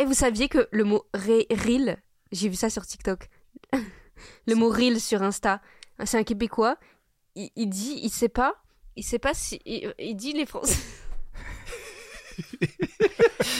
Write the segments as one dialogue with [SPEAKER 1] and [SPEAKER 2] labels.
[SPEAKER 1] Et vous saviez que le mot ré- reel, j'ai vu ça sur TikTok. le mot reel sur Insta, c'est un Québécois. Il, il dit, il sait pas, il sait pas si il, il dit les Français.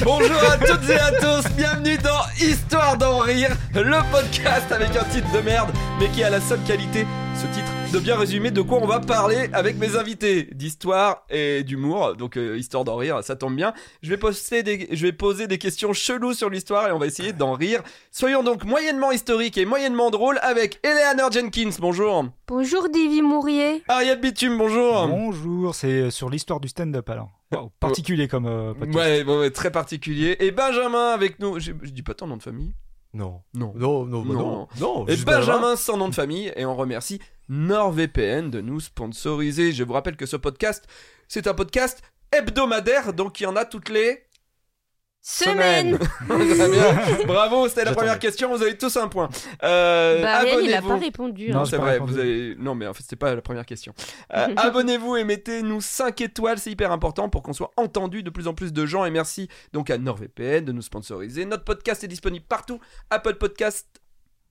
[SPEAKER 2] Bonjour à toutes et à tous, bienvenue dans Histoire d'en rire, le podcast avec un titre de merde, mais qui a la seule qualité, ce titre, de bien résumer de quoi on va parler avec mes invités, d'histoire et d'humour, donc euh, Histoire d'en rire, ça tombe bien. Je vais, poster des, je vais poser des questions cheloues sur l'histoire et on va essayer d'en rire. Soyons donc moyennement historiques et moyennement drôles avec Eleanor Jenkins, bonjour.
[SPEAKER 1] Bonjour Davy Mourier.
[SPEAKER 2] Ariel Bitume, bonjour.
[SPEAKER 3] Bonjour, c'est euh, sur l'histoire du stand-up alors. Waouh, particulier comme euh, podcast.
[SPEAKER 2] Euh, Ouais, ouais, ouais, très particulier. Et Benjamin avec nous, je, je dis pas ton nom de famille.
[SPEAKER 4] Non.
[SPEAKER 2] Non.
[SPEAKER 4] Non, non, bah
[SPEAKER 2] Non.
[SPEAKER 4] non. non,
[SPEAKER 2] Et
[SPEAKER 4] juste
[SPEAKER 2] Benjamin sans nom de famille, et on remercie NordVPN de nous sponsoriser. Je vous rappelle que ce podcast, c'est un podcast hebdomadaire, donc il y en a toutes les...
[SPEAKER 1] Semaine.
[SPEAKER 2] Très bien. Bravo, c'était la
[SPEAKER 4] J'attendais.
[SPEAKER 2] première question, vous avez tous un point. Euh,
[SPEAKER 1] Bah, Ariel, il a
[SPEAKER 2] abonnez-vous.
[SPEAKER 1] pas répondu.
[SPEAKER 2] Non,
[SPEAKER 3] Non,
[SPEAKER 1] hein.
[SPEAKER 3] j'ai
[SPEAKER 2] c'est
[SPEAKER 3] pas
[SPEAKER 2] vrai,
[SPEAKER 3] répondu.
[SPEAKER 2] vous avez... Non, mais en fait, c'était pas la première question. Euh, Abonnez-vous et mettez-nous 5 étoiles, c'est hyper important pour qu'on soit entendu de plus en plus de gens. Et merci donc à NordVPN de nous sponsoriser. Notre podcast est disponible partout. Apple Podcast,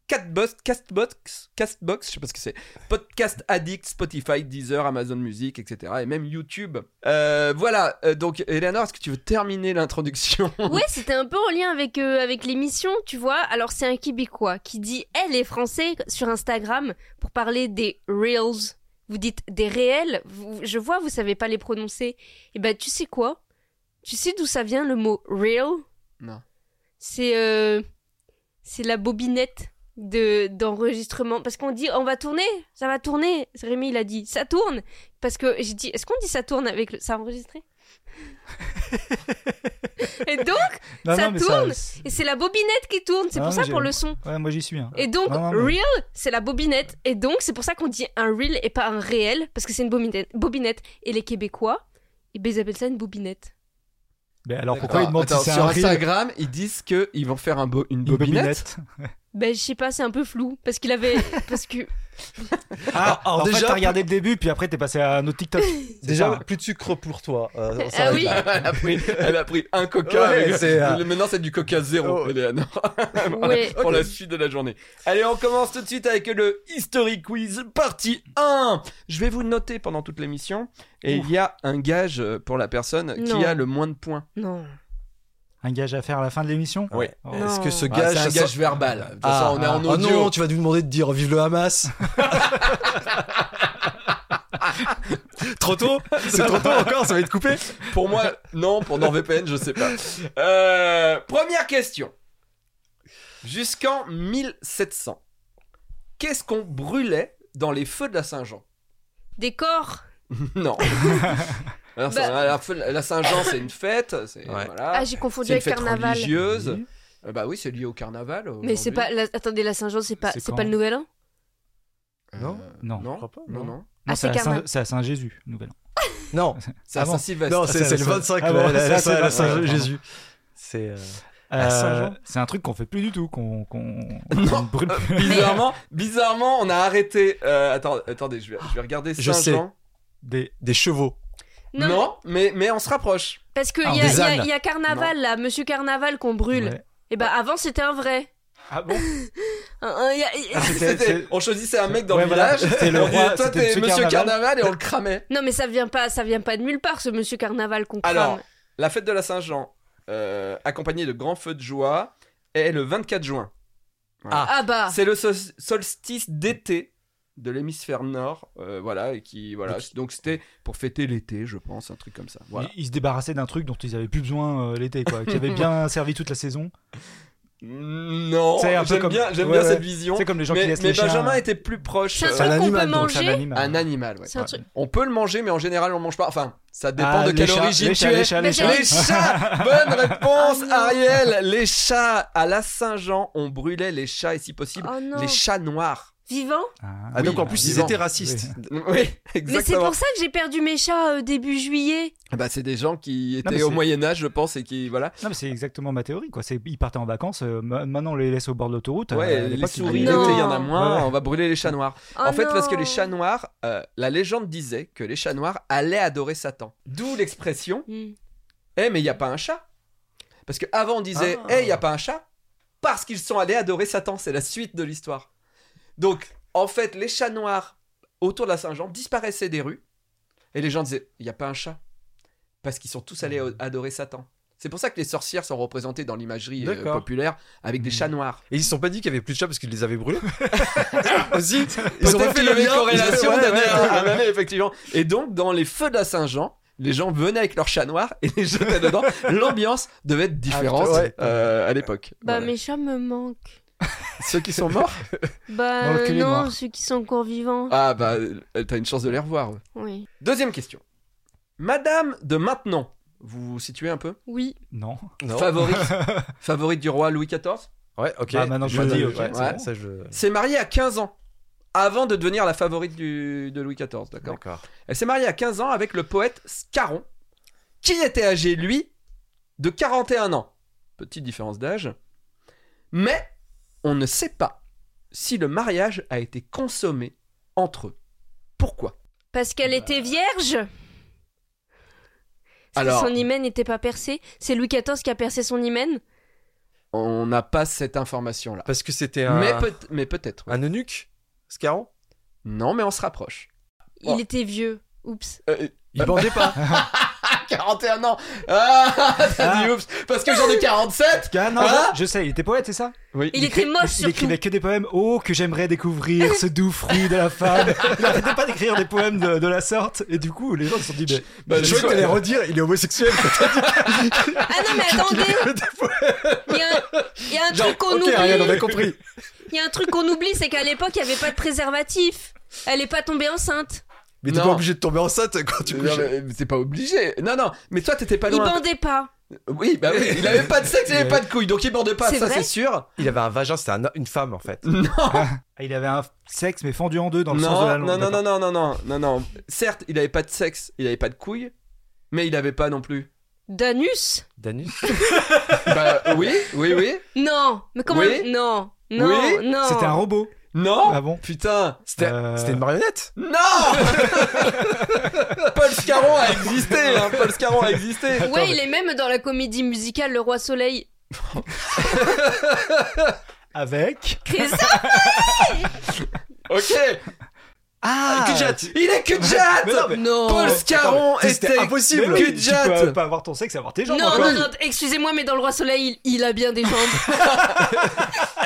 [SPEAKER 2] Catbus, Castbox, Castbox, je sais pas ce que c'est. Podcast Addict, Spotify, Deezer, Amazon Music, etc. Et même YouTube. Euh, voilà, euh, donc Eleanor, est-ce que tu veux terminer l'introduction
[SPEAKER 1] Ouais, c'était un peu en lien avec, euh, avec l'émission, tu vois. Alors, c'est un Québécois qui dit Eh, les Français sur Instagram pour parler des Reels. Vous dites des réels. Vous- je vois, vous savez pas les prononcer. Et ben, tu sais quoi Tu sais d'où ça vient le mot Reel
[SPEAKER 2] Non.
[SPEAKER 1] C'est euh, c'est la bobinette de d'enregistrement parce qu'on dit on va tourner ça va tourner Rémi il a dit ça tourne parce que j'ai dit est-ce qu'on dit ça tourne avec le... ça a enregistré et donc
[SPEAKER 3] Non,
[SPEAKER 1] ça
[SPEAKER 3] non, mais
[SPEAKER 1] tourne.
[SPEAKER 3] c'est-
[SPEAKER 1] et c'est la bobinette qui tourne, c'est
[SPEAKER 3] Ah,
[SPEAKER 1] pour ça
[SPEAKER 3] mais
[SPEAKER 1] pour
[SPEAKER 3] j'ai-
[SPEAKER 1] le son.
[SPEAKER 3] Ouais, moi j'y suis. hein.
[SPEAKER 1] Et donc,
[SPEAKER 3] Non, non, mais-
[SPEAKER 1] reel, c'est la bobinette. Et donc, c'est pour ça qu'on dit un reel et pas un réel, parce que c'est une bobinette. bobinette. Et les Québécois, eh ben, ils appellent ça une bobinette.
[SPEAKER 3] Mais Ben, alors pourquoi il
[SPEAKER 2] Attends,
[SPEAKER 3] demande si
[SPEAKER 2] Ah, attends,
[SPEAKER 3] c'est
[SPEAKER 2] Sur
[SPEAKER 3] un reel,
[SPEAKER 2] Instagram, ils disent qu'ils vont faire un bo- une,
[SPEAKER 3] une
[SPEAKER 2] bobinette.
[SPEAKER 3] bobinette
[SPEAKER 1] Ben, je sais pas, c'est un peu flou, parce qu'il avait. parce que.
[SPEAKER 3] Ah,
[SPEAKER 2] alors
[SPEAKER 3] en fait,
[SPEAKER 2] déjà-
[SPEAKER 3] t'as regardé le début, puis après t'es passé à un autre TikTok. C'est
[SPEAKER 4] Déjà,
[SPEAKER 3] ça.
[SPEAKER 4] plus de sucre pour toi. Euh, ça
[SPEAKER 1] Ah
[SPEAKER 4] va
[SPEAKER 1] oui,
[SPEAKER 4] être-
[SPEAKER 2] elle, a pris, elle a pris un coca.
[SPEAKER 4] Ouais,
[SPEAKER 2] avec-
[SPEAKER 4] c'est, euh,
[SPEAKER 2] le- Maintenant, c'est du coca zéro,
[SPEAKER 4] Oh.
[SPEAKER 2] Eleanor.
[SPEAKER 1] Ouais.
[SPEAKER 2] Pour la suite de la journée. Allez, on commence tout de suite avec le History Quiz, partie 1. Je vais vous noter pendant toute l'émission. Et il y a un gage euh, pour la personne
[SPEAKER 1] Non.
[SPEAKER 2] qui a le moins de points.
[SPEAKER 1] non.
[SPEAKER 3] Un gage à faire à la fin de l'émission
[SPEAKER 2] Oui.
[SPEAKER 3] Oh.
[SPEAKER 1] Non.
[SPEAKER 4] Est-ce que ce
[SPEAKER 2] Ah,
[SPEAKER 4] gage.
[SPEAKER 2] c'est un
[SPEAKER 4] ça
[SPEAKER 2] gage
[SPEAKER 4] sent-
[SPEAKER 2] verbal. De toute
[SPEAKER 4] Ah,
[SPEAKER 2] façon, on est en
[SPEAKER 4] ah,
[SPEAKER 2] audio.
[SPEAKER 4] non, tu vas nous demander de dire vive le Hamas. trop tôt C'est trop tôt encore, ça va être coupé.
[SPEAKER 2] Pour moi, non, pour NordVPN, je sais pas. Euh, première question. Jusqu'en 1700, qu'est-ce qu'on brûlait dans les feux de la Saint-Jean
[SPEAKER 1] Des corps.
[SPEAKER 2] Non. Alors, ça, la, feu- la Saint-Jean, c'est une fête. C'est
[SPEAKER 4] Ouais. Mmh.
[SPEAKER 2] voilà.
[SPEAKER 1] Bah. Ah, j'ai confondu
[SPEAKER 2] C'est une
[SPEAKER 1] avec
[SPEAKER 2] fête
[SPEAKER 1] carnaval.
[SPEAKER 2] religieuse. Euh, bah oui, c'est lié au carnaval.
[SPEAKER 1] Mais c'est
[SPEAKER 2] aujourd'hui.
[SPEAKER 1] pas. la- Attendez, la Saint-Jean, c'est pas,
[SPEAKER 3] C'est
[SPEAKER 1] c'est
[SPEAKER 3] quand
[SPEAKER 1] pas le nouvel an
[SPEAKER 2] Euh,
[SPEAKER 4] Non.
[SPEAKER 3] Non.
[SPEAKER 2] non,
[SPEAKER 4] Je crois pas,
[SPEAKER 2] non,
[SPEAKER 4] non.
[SPEAKER 2] non.
[SPEAKER 1] Ah, c'est
[SPEAKER 3] Non, c'est à
[SPEAKER 1] carnaval.
[SPEAKER 3] Saint- c'est à Saint-Jésus, nouvelle.
[SPEAKER 4] Non,
[SPEAKER 2] C'est à
[SPEAKER 3] Ah bon
[SPEAKER 2] Saint-Sylvestre.
[SPEAKER 4] non c'est c'est le 25,
[SPEAKER 3] Ah
[SPEAKER 4] la-
[SPEAKER 3] bon,
[SPEAKER 4] la-
[SPEAKER 3] ça,
[SPEAKER 4] la-
[SPEAKER 3] c'est
[SPEAKER 4] la-
[SPEAKER 3] la-
[SPEAKER 4] la Saint-
[SPEAKER 3] ouais, pardon.
[SPEAKER 4] Jésus. C'est. euh, À
[SPEAKER 3] Euh,
[SPEAKER 4] Saint-Jean.
[SPEAKER 3] c'est un truc qu'on fait plus du tout, qu'on qu'on-
[SPEAKER 2] Non.
[SPEAKER 3] qu'on brûle
[SPEAKER 2] Euh,
[SPEAKER 3] plus.
[SPEAKER 2] bizarrement, bizarrement, on a arrêté. euh, attends, attendez, je vais, je vais regarder
[SPEAKER 4] Je
[SPEAKER 2] Saint-Jean.
[SPEAKER 3] Des...
[SPEAKER 4] Des chevaux.
[SPEAKER 2] Non, mais, mais on se rapproche.
[SPEAKER 1] Parce qu'il
[SPEAKER 3] Ah,
[SPEAKER 1] y, a-
[SPEAKER 4] des
[SPEAKER 1] y a-
[SPEAKER 4] ânes.
[SPEAKER 1] y a carnaval là, monsieur carnaval qu'on brûle.
[SPEAKER 3] Ouais.
[SPEAKER 1] Et bah, avant, c'était un vrai.
[SPEAKER 3] Ah bon
[SPEAKER 1] Un- un- y a- y a-
[SPEAKER 3] Ah, C'était-
[SPEAKER 2] C'était-
[SPEAKER 3] c'est-
[SPEAKER 2] on choisissait un mec dans
[SPEAKER 3] Ouais,
[SPEAKER 2] le
[SPEAKER 3] voilà,
[SPEAKER 2] village.
[SPEAKER 3] c'était le
[SPEAKER 2] on disait,
[SPEAKER 3] roi,
[SPEAKER 2] toi,
[SPEAKER 3] c'était
[SPEAKER 2] t'es
[SPEAKER 3] Monsieur
[SPEAKER 2] monsieur carnaval.
[SPEAKER 3] Carnaval
[SPEAKER 2] et on le cramait.
[SPEAKER 1] Non mais ça vient pas, ça vient pas de nulle part ce monsieur carnaval qu'on crame.
[SPEAKER 2] Alors, la fête de la Saint-Jean, euh, accompagnée de grands feux de joie, est le 24 juin.
[SPEAKER 1] ah bah,
[SPEAKER 2] C'est le sol- solstice d'été de l'hémisphère nord, euh, voilà, et qui voilà. Donc c'était pour fêter l'été, je pense, un truc comme ça. Voilà.
[SPEAKER 3] Ils se débarrassaient d'un truc dont ils avaient plus besoin euh, l'été, quoi, qui avait bien servi toute la saison.
[SPEAKER 2] Non,
[SPEAKER 3] C'est un peu
[SPEAKER 2] j'aime
[SPEAKER 3] comme-
[SPEAKER 2] bien, j'aime
[SPEAKER 3] ouais,
[SPEAKER 2] bien
[SPEAKER 3] ouais.
[SPEAKER 2] cette vision.
[SPEAKER 3] C'est comme les gens
[SPEAKER 2] mais,
[SPEAKER 3] qui laissent
[SPEAKER 2] mais
[SPEAKER 3] les chiens.
[SPEAKER 2] Benjamin était plus proche.
[SPEAKER 1] C'est un
[SPEAKER 2] euh,
[SPEAKER 3] C'est un
[SPEAKER 1] truc qu'on
[SPEAKER 3] animal,
[SPEAKER 1] peut
[SPEAKER 3] donc c'est un
[SPEAKER 1] manger.
[SPEAKER 3] animal.
[SPEAKER 4] Un animal, ouais.
[SPEAKER 1] C'est un truc.
[SPEAKER 2] On peut le manger, mais en général, on le mange pas. Enfin, ça dépend
[SPEAKER 3] Ah,
[SPEAKER 2] de
[SPEAKER 3] les
[SPEAKER 2] quelle
[SPEAKER 3] chats,
[SPEAKER 2] origine
[SPEAKER 3] les
[SPEAKER 2] tu
[SPEAKER 3] chats,
[SPEAKER 2] es.
[SPEAKER 3] les chats, les chats.
[SPEAKER 2] Les chats Bonne
[SPEAKER 1] Ah,
[SPEAKER 2] réponse, Ariel Les chats À la Saint-Jean, on brûlait les chats et si possible,
[SPEAKER 1] Oh non.
[SPEAKER 2] les chats noirs.
[SPEAKER 1] Vivant
[SPEAKER 3] Ah,
[SPEAKER 4] Ah,
[SPEAKER 2] Oui,
[SPEAKER 4] donc en plus, ils
[SPEAKER 2] vivant.
[SPEAKER 4] étaient racistes.
[SPEAKER 2] Oui,
[SPEAKER 1] Mais c'est
[SPEAKER 2] exactement.
[SPEAKER 1] pour ça que j'ai perdu mes chats euh, début juillet.
[SPEAKER 2] Bah, c'est des gens qui
[SPEAKER 3] Non, mais
[SPEAKER 2] étaient au
[SPEAKER 3] c'est-
[SPEAKER 2] Moyen-Âge, je pense, et qui. Voilà.
[SPEAKER 3] Non, mais c'est exactement ma théorie, quoi. C'est- Ils partaient en vacances, euh, ma- maintenant on les laisse au bord de l'autoroute.
[SPEAKER 2] Ouais,
[SPEAKER 3] euh, à
[SPEAKER 2] les
[SPEAKER 3] l'époque, ils
[SPEAKER 2] souris,
[SPEAKER 3] voyaient-
[SPEAKER 2] l'été, il y en a
[SPEAKER 1] Non.
[SPEAKER 2] moins,
[SPEAKER 3] Ouais, ouais.
[SPEAKER 2] on va brûler les chats noirs.
[SPEAKER 1] Oh
[SPEAKER 2] en fait, parce que
[SPEAKER 1] non.
[SPEAKER 2] les chats noirs, euh, la légende disait que les chats noirs allaient adorer Satan. D'où l'expression
[SPEAKER 1] Hmm.
[SPEAKER 2] Eh, mais il n'y a pas un chat. Parce qu'avant, on disait
[SPEAKER 4] Ah.
[SPEAKER 2] Eh, il n'y a pas un chat. Parce qu'ils sont allés adorer Satan. C'est la suite de l'histoire. Donc, en fait, les chats noirs autour de la Saint-Jean disparaissaient des rues. Et les gens disaient Il n'y a pas un chat. Parce qu'ils sont tous allés
[SPEAKER 4] Hmm.
[SPEAKER 2] a- adorer Satan. C'est pour ça que les sorcières sont représentées dans l'imagerie euh,
[SPEAKER 4] D'accord. Hmm.
[SPEAKER 2] populaire avec des chats noirs.
[SPEAKER 4] Et ils se sont pas dit qu'il y avait plus de chats parce qu'ils les avaient brûlés Aussi, ils ont
[SPEAKER 2] Peut-être
[SPEAKER 4] pas fait
[SPEAKER 2] qu'il y avait
[SPEAKER 4] le
[SPEAKER 2] une
[SPEAKER 4] lien.
[SPEAKER 2] corrélation
[SPEAKER 4] Ouais,
[SPEAKER 2] d'année
[SPEAKER 4] ouais.
[SPEAKER 2] à à année, Ah, effectivement. Et donc, dans les feux de la Saint-Jean, les gens venaient avec leurs chats noirs et les jetaient dedans. L'ambiance devait être différente
[SPEAKER 4] putain, ouais.
[SPEAKER 2] euh, à l'époque.
[SPEAKER 1] Bah,
[SPEAKER 2] Voilà.
[SPEAKER 1] mes chats me manquent.
[SPEAKER 2] Ceux qui sont morts
[SPEAKER 1] Bah,
[SPEAKER 3] Dans le cul des
[SPEAKER 1] non,
[SPEAKER 3] noirs.
[SPEAKER 1] ceux qui sont encore vivants.
[SPEAKER 2] Ah, bah, euh, t'as une chance de les revoir. ouais.
[SPEAKER 1] Oui.
[SPEAKER 2] Deuxième question. Madame de Maintenon, vous vous situez un peu
[SPEAKER 1] Oui.
[SPEAKER 3] Non.
[SPEAKER 4] Non.
[SPEAKER 2] Favorite, favorite du roi Louis XIV
[SPEAKER 4] Ouais, ok.
[SPEAKER 3] Ah, maintenant, je
[SPEAKER 4] Ouais,
[SPEAKER 3] le dis,
[SPEAKER 4] ouais,
[SPEAKER 3] ok,
[SPEAKER 4] ouais,
[SPEAKER 2] c'est bon.
[SPEAKER 4] Ça, je.
[SPEAKER 2] S'est mariée à 15 ans, avant de devenir la favorite du- de Louis XIV, d'accord
[SPEAKER 4] D'accord.
[SPEAKER 2] Elle s'est mariée à 15 ans avec le poète Scarron, qui était âgé, lui, de 41 ans. Petite différence d'âge. Mais on ne sait pas si le mariage a été consommé entre eux. Pourquoi
[SPEAKER 1] Parce qu'elle
[SPEAKER 2] Euh,
[SPEAKER 1] était vierge Parce
[SPEAKER 2] Alors-
[SPEAKER 1] que son hymen n'était pas percé. C'est Louis XIV qui a percé son hymen.
[SPEAKER 2] On n'a pas cette information-là.
[SPEAKER 4] Parce que c'était un.
[SPEAKER 2] Mais, peut- mais peut-être. ouais.
[SPEAKER 4] Un eunuque Scarron
[SPEAKER 2] Non, mais on se rapproche.
[SPEAKER 1] Il
[SPEAKER 2] Oh.
[SPEAKER 1] était vieux. Oups.
[SPEAKER 2] Euh,
[SPEAKER 4] Il bandait pas.
[SPEAKER 2] ah, 41 ans Ah, t'as dit oups Parce que j'en ai 47
[SPEAKER 3] Ah, non,
[SPEAKER 2] Ah
[SPEAKER 3] je, je sais, il était poète, c'est ça
[SPEAKER 2] Oui.
[SPEAKER 1] Il, était
[SPEAKER 3] écrit-
[SPEAKER 1] moche
[SPEAKER 3] Il
[SPEAKER 1] surtout.
[SPEAKER 3] écrivait que des poèmes. Oh, que j'aimerais découvrir ce doux fruit de la femme. Il n'arrêtait pas d'écrire des poèmes de, de la sorte. Et du coup, les gens se sont dit, mais-
[SPEAKER 2] Bah,
[SPEAKER 4] je crois que
[SPEAKER 2] je-
[SPEAKER 4] t'allais redire, il est homosexuel.
[SPEAKER 1] Ah non, mais attendez Il y a un, il y a un truc qu'on
[SPEAKER 4] ok, Ariel, on a
[SPEAKER 1] oublie.
[SPEAKER 4] compris.
[SPEAKER 1] Il y a un truc qu'on oublie, c'est qu'à l'époque, il n'y avait pas de préservatif. Elle n'est pas tombée enceinte.
[SPEAKER 4] Mais t'es
[SPEAKER 2] Non.
[SPEAKER 4] pas obligé de tomber enceinte quand tu
[SPEAKER 2] Non,
[SPEAKER 4] couches.
[SPEAKER 2] mais c'est pas obligé. Non, non, mais toi t'étais pas
[SPEAKER 1] il
[SPEAKER 2] loin.
[SPEAKER 1] bandait pas.
[SPEAKER 2] Oui, bah oui, il avait pas de sexe, il avait pas de couilles, donc il mordait pas,
[SPEAKER 1] C'est
[SPEAKER 2] ça
[SPEAKER 1] vrai
[SPEAKER 2] c'est sûr.
[SPEAKER 4] Il avait un vagin, c'était un- une femme en fait.
[SPEAKER 2] Non,
[SPEAKER 3] Ah, il avait un sexe, mais fendu en deux dans le sens de la
[SPEAKER 2] non,
[SPEAKER 3] langue.
[SPEAKER 2] non, non, non, non, non, non, non, non. Certes, il avait pas de sexe, il avait pas de couilles, mais il avait pas non plus.
[SPEAKER 1] Danus
[SPEAKER 4] Danus
[SPEAKER 2] Bah oui, oui, oui.
[SPEAKER 1] Non. Mais comment
[SPEAKER 2] Oui.
[SPEAKER 1] Non. Non.
[SPEAKER 2] Oui.
[SPEAKER 1] Non.
[SPEAKER 3] C'était un robot.
[SPEAKER 2] Non.
[SPEAKER 3] Ah bon
[SPEAKER 2] Putain.
[SPEAKER 4] C'était
[SPEAKER 3] Euh,
[SPEAKER 4] c'était une marionnette
[SPEAKER 2] Non Paul Scarron a existé, hein, Paul Scarron a existé.
[SPEAKER 1] Ouais, il est même dans la comédie musicale Le Roi Soleil.
[SPEAKER 3] Avec.
[SPEAKER 1] Chris-
[SPEAKER 2] Ok.
[SPEAKER 3] Ah
[SPEAKER 2] Il est Kudjat
[SPEAKER 3] Mais non, mais-
[SPEAKER 1] Non.
[SPEAKER 2] Paul Scarron
[SPEAKER 4] Attends, mais c'était
[SPEAKER 2] était
[SPEAKER 4] impossible.
[SPEAKER 3] Mais oui, tu peux
[SPEAKER 2] Kudjat
[SPEAKER 3] pas avoir ton sexe et avoir tes
[SPEAKER 1] Non,
[SPEAKER 3] jambes.
[SPEAKER 1] non,
[SPEAKER 3] encore.
[SPEAKER 1] non, excusez-moi, mais dans le Roi Soleil, il, il a bien des jambes.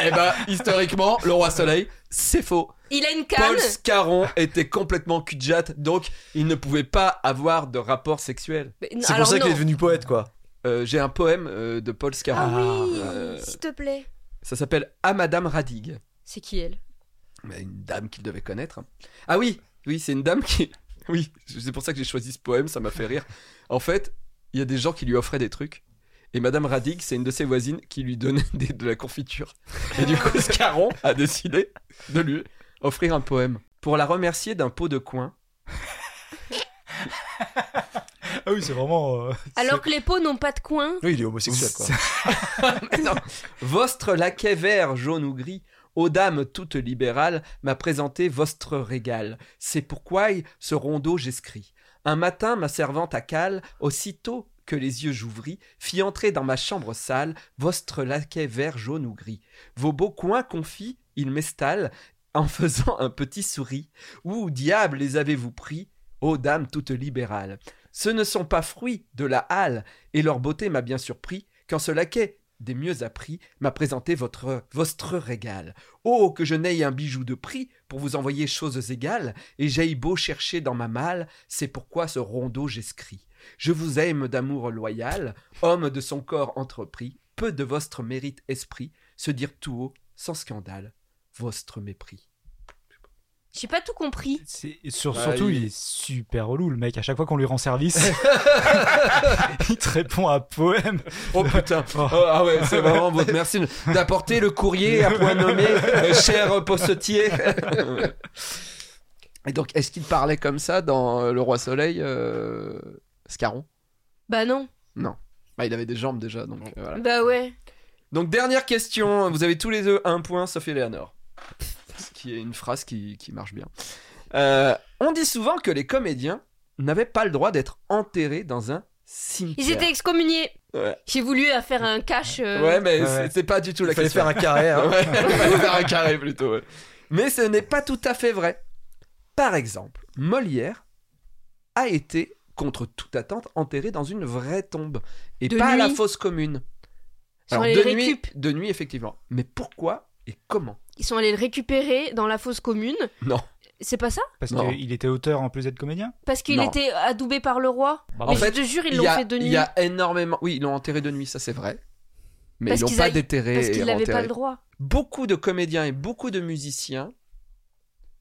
[SPEAKER 2] Eh bah, historiquement, le roi soleil, c'est faux.
[SPEAKER 1] Il a une canne.
[SPEAKER 2] Paul Scarron était complètement cul-de-jatte, donc il ne pouvait pas avoir de rapport sexuel.
[SPEAKER 1] Mais non,
[SPEAKER 4] C'est pour
[SPEAKER 1] alors
[SPEAKER 4] ça qu'il est
[SPEAKER 1] non.
[SPEAKER 4] devenu poète quoi.
[SPEAKER 2] Euh, J'ai un poème euh, de Paul
[SPEAKER 1] Ah
[SPEAKER 2] Scarron.
[SPEAKER 1] oui,
[SPEAKER 2] Euh,
[SPEAKER 1] s'il te plaît.
[SPEAKER 2] Ça s'appelle À Madame Radigue.
[SPEAKER 1] C'est qui elle
[SPEAKER 2] Mais Une dame qu'il devait connaître. Ah oui, oui, c'est une dame qui. Oui, c'est pour ça que j'ai choisi ce poème, ça m'a fait rire. En fait, il y a des gens qui lui offraient des trucs. Et Madame Radigue, c'est une de ses voisines qui lui donnait des- de la confiture. Et du coup, Scarron a décidé de lui offrir un poème. Pour la remercier d'un pot de coin,
[SPEAKER 3] Ah oui, c'est vraiment. euh,
[SPEAKER 1] Alors que les peaux n'ont pas de coin.
[SPEAKER 4] Oui, il est homosexuel quoi.
[SPEAKER 2] Non. Vostre laquais vert, jaune ou gris, aux dames toutes libérales, m'a présenté vostre régal. C'est pourquoi y- ce rondeau j'escris. Un matin, ma servante à cale, aussitôt que les yeux j'ouvris, fit entrer dans ma chambre sale vostre laquais vert, jaune ou gris. Vos beaux coins confits, il m'estalle, en faisant un petit souris. Où diable les avez-vous pris, ô dames toutes libérales Ce ne sont pas fruits de la halle, et leur beauté m'a bien surpris, quand ce laquais des mieux appris m'a présenté votre vostre régal. Oh, que je n'aie un bijou de prix pour vous envoyer choses égales, et j'aille beau chercher dans ma malle, c'est pourquoi ce rondeau j'escris. Je vous aime d'amour loyal, homme de son corps entrepris, peu de votre mérite esprit, se dire tout haut, sans scandale, votre mépris.
[SPEAKER 1] J'ai pas tout compris.
[SPEAKER 3] C'est- sur-
[SPEAKER 2] Bah,
[SPEAKER 3] surtout,
[SPEAKER 2] il-
[SPEAKER 3] il... est super relou, le mec. À chaque fois qu'on lui rend service, il te répond à poème.
[SPEAKER 2] Oh putain
[SPEAKER 3] Oh.
[SPEAKER 2] Oh, Ah ouais, c'est vraiment votre merci d'apporter le courrier à point nommé, euh, cher postier. Et donc, est-ce qu'il parlait comme ça dans euh, Le Roi Soleil, euh, Scarron
[SPEAKER 1] Bah non.
[SPEAKER 2] Bah, Il avait des jambes déjà, donc euh, voilà.
[SPEAKER 1] Bah ouais.
[SPEAKER 2] Donc, dernière question. Vous avez tous les deux un point, sauf Eleanor. Ce qui est une phrase qui, qui marche bien. Euh, on dit souvent que les comédiens n'avaient pas le droit d'être enterrés dans un cimetière.
[SPEAKER 1] Ils étaient excommuniés.
[SPEAKER 2] Ouais.
[SPEAKER 1] J'ai voulu euh, faire un cash. euh,
[SPEAKER 2] Ouais, mais
[SPEAKER 4] Ouais.
[SPEAKER 2] c'est- c'est pas du tout la
[SPEAKER 4] fallait
[SPEAKER 2] question.
[SPEAKER 4] faire un carré. hein.
[SPEAKER 2] Ouais, fallait faire un carré plutôt. ouais. Mais ce n'est pas tout à fait vrai. Par exemple, Molière a été, contre toute attente, enterré dans une vraie tombe et
[SPEAKER 1] De
[SPEAKER 2] pas à la
[SPEAKER 1] nuit.
[SPEAKER 2] fosse commune.
[SPEAKER 1] Ils sont
[SPEAKER 2] Alors,
[SPEAKER 1] allés
[SPEAKER 2] de
[SPEAKER 1] le
[SPEAKER 2] nuit,
[SPEAKER 1] récup.
[SPEAKER 2] de nuit, effectivement. Mais pourquoi et comment
[SPEAKER 1] Ils sont allés le récupérer dans la fosse commune.
[SPEAKER 2] Non.
[SPEAKER 1] C'est pas ça
[SPEAKER 3] Parce
[SPEAKER 2] Non.
[SPEAKER 3] qu'il était auteur en plus d'être comédien.
[SPEAKER 1] Parce qu'il
[SPEAKER 2] Non.
[SPEAKER 1] était adoubé par le roi.
[SPEAKER 2] Bah, En
[SPEAKER 1] Mais
[SPEAKER 2] fait,
[SPEAKER 1] je te jure, ils
[SPEAKER 2] il y
[SPEAKER 1] l'ont
[SPEAKER 2] a-
[SPEAKER 1] fait de
[SPEAKER 2] Il
[SPEAKER 1] nuit.
[SPEAKER 2] y a énormément. Oui, ils l'ont enterré de nuit, ça c'est vrai. Mais
[SPEAKER 1] Parce
[SPEAKER 2] ils l'ont
[SPEAKER 1] qu'ils
[SPEAKER 2] pas
[SPEAKER 1] a-
[SPEAKER 2] déterré.
[SPEAKER 1] Parce
[SPEAKER 2] et
[SPEAKER 1] qu'ils n'avaient pas
[SPEAKER 2] enterré.
[SPEAKER 1] le droit.
[SPEAKER 2] beaucoup de comédiens et beaucoup de musiciens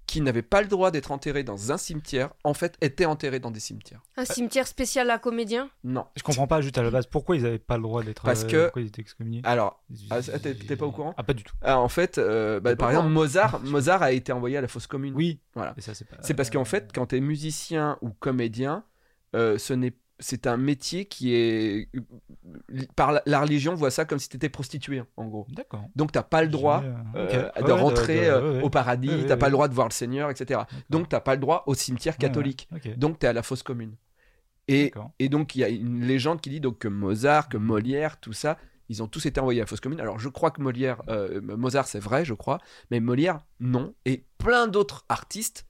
[SPEAKER 2] qui n'avaient pas le droit d'être enterrés dans un cimetière, en fait, étaient enterrés dans des cimetières.
[SPEAKER 1] Un cimetière spécial à comédiens
[SPEAKER 2] Non.
[SPEAKER 3] Je comprends pas juste à la base pourquoi ils avaient pas le droit d'être.
[SPEAKER 2] Parce
[SPEAKER 3] euh,
[SPEAKER 2] que-
[SPEAKER 3] pourquoi ils étaient excommuniés.
[SPEAKER 2] Alors, ah, t'es- t'es pas au courant
[SPEAKER 3] Ah, pas du tout.
[SPEAKER 2] ah, en fait, euh, bah,
[SPEAKER 3] T'es pas
[SPEAKER 2] par
[SPEAKER 3] au
[SPEAKER 2] exemple,
[SPEAKER 3] courant
[SPEAKER 2] Mozart, Mozart a été envoyé à la fosse commune.
[SPEAKER 3] Oui. Euh,
[SPEAKER 2] Voilà.
[SPEAKER 3] Et ça, c'est pas.
[SPEAKER 2] C'est parce qu'en fait, quand t'es musicien ou comédien, euh, ce n'est c'est un métier qui est euh, par la, la religion voit ça comme si t'étais prostitué hein, en gros.
[SPEAKER 3] D'accord.
[SPEAKER 2] Donc t'as pas le droit euh,
[SPEAKER 3] Ok. Ah
[SPEAKER 2] de
[SPEAKER 3] Ouais, ouais,
[SPEAKER 2] rentrer
[SPEAKER 3] ouais,
[SPEAKER 2] euh,
[SPEAKER 3] ouais, ouais.
[SPEAKER 2] au paradis,
[SPEAKER 3] Ouais, ouais,
[SPEAKER 2] t'as pas
[SPEAKER 3] ouais.
[SPEAKER 2] le droit de voir le Seigneur, etc. Donc t'as pas le droit au cimetière
[SPEAKER 3] Ouais, ouais.
[SPEAKER 2] catholique.
[SPEAKER 3] Ok.
[SPEAKER 2] Donc t'es à la fosse commune. Et,
[SPEAKER 3] D'accord.
[SPEAKER 2] et donc il y a une légende qui dit donc que Mozart, que Molière, tout ça, ils ont tous été envoyés à la fosse commune. Alors je crois que Molière, euh, Mozart c'est vrai, je crois, mais Molière non. Et plein d'autres artistes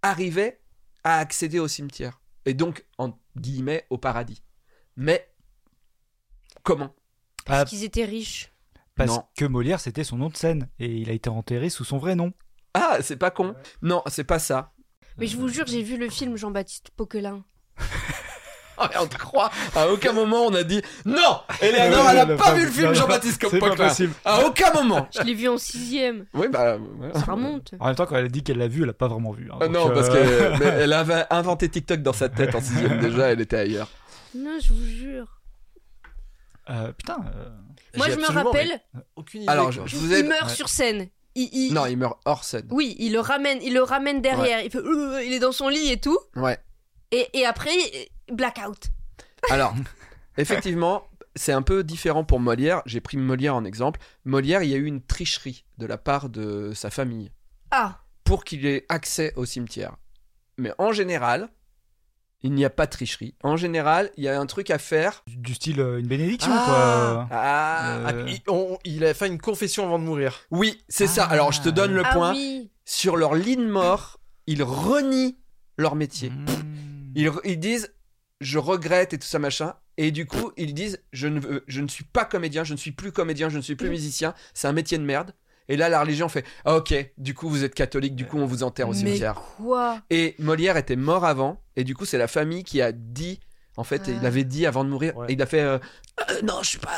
[SPEAKER 2] arrivaient à accéder au cimetière. Et donc, en guillemets, au paradis. Mais comment
[SPEAKER 1] Parce qu'ils étaient riches.
[SPEAKER 3] Parce
[SPEAKER 2] Non.
[SPEAKER 3] que Molière, c'était son nom de scène et il a été enterré sous son vrai nom.
[SPEAKER 2] Ah, c'est pas con. Non, c'est pas ça.
[SPEAKER 1] Mais je vous jure, j'ai vu le film Jean-Baptiste Poquelin.
[SPEAKER 2] Ah, mais on te croit. À aucun moment on a dit non. Eleanor, elle a pas vu le film Jean-Baptiste
[SPEAKER 3] Euh, C'est pas
[SPEAKER 2] Coppola.
[SPEAKER 3] possible.
[SPEAKER 2] À aucun moment.
[SPEAKER 1] Je l'ai vu en sixième.
[SPEAKER 2] Oui, bah. ouais.
[SPEAKER 1] Ça remonte.
[SPEAKER 3] En même temps, quand elle a dit qu'elle l'a vu, elle a pas vraiment vu. hein.
[SPEAKER 2] Ah
[SPEAKER 3] Donc,
[SPEAKER 2] non,
[SPEAKER 3] euh,
[SPEAKER 2] parce que mais elle avait inventé TikTok dans sa tête en sixième déjà, elle était ailleurs.
[SPEAKER 1] Non, je vous jure.
[SPEAKER 3] euh, putain. euh,
[SPEAKER 1] Moi, je me rappelle,
[SPEAKER 4] Aucune idée.
[SPEAKER 2] Alors,
[SPEAKER 4] Alors,
[SPEAKER 2] je, je vous
[SPEAKER 1] il
[SPEAKER 2] ai.
[SPEAKER 1] meurt sur scène. Il, il-
[SPEAKER 2] Non, il meurt hors scène.
[SPEAKER 1] Oui, il le ramène, il le ramène derrière. Il fait, euh, il est dans son lit et tout.
[SPEAKER 2] Ouais.
[SPEAKER 1] Et, et après, euh, blackout.
[SPEAKER 2] Alors, effectivement, c'est un peu différent pour Molière. J'ai pris Molière en exemple. Molière, il y a eu une tricherie de la part de sa famille.
[SPEAKER 1] Ah,
[SPEAKER 2] pour qu'il ait accès au cimetière. Mais en général, il n'y a pas de tricherie. En général, il y a un truc à faire.
[SPEAKER 3] du- Du style euh, une bénédiction,
[SPEAKER 4] Ah.
[SPEAKER 3] quoi.
[SPEAKER 2] Ah,
[SPEAKER 4] Ah,
[SPEAKER 3] Euh.
[SPEAKER 4] il, on- il a fait une confession avant de mourir.
[SPEAKER 2] Oui, c'est ça. Alors, je te donne le
[SPEAKER 1] ah
[SPEAKER 2] point.
[SPEAKER 1] oui.
[SPEAKER 2] Sur leur ligne mort, ils renient leur métier.
[SPEAKER 1] Mm.
[SPEAKER 3] Mm.
[SPEAKER 2] Ils, ils disent je regrette et tout ça machin. Et du coup, ils disent je ne, veux- je ne suis pas comédien, je ne suis plus comédien, je ne
[SPEAKER 1] Mm.
[SPEAKER 2] suis plus musicien. C'est un métier de merde. Et là, la religion fait Ah, ok. Du coup, vous êtes catholique. Du coup, on vous enterre au
[SPEAKER 1] Mais
[SPEAKER 2] cimetière.
[SPEAKER 1] quoi
[SPEAKER 2] Et Molière était mort avant, et du coup, c'est la famille qui a dit. En fait,
[SPEAKER 1] Ah.
[SPEAKER 2] il avait dit avant de mourir,
[SPEAKER 4] Ouais.
[SPEAKER 2] et il a fait euh, Euh, Non, je suis pas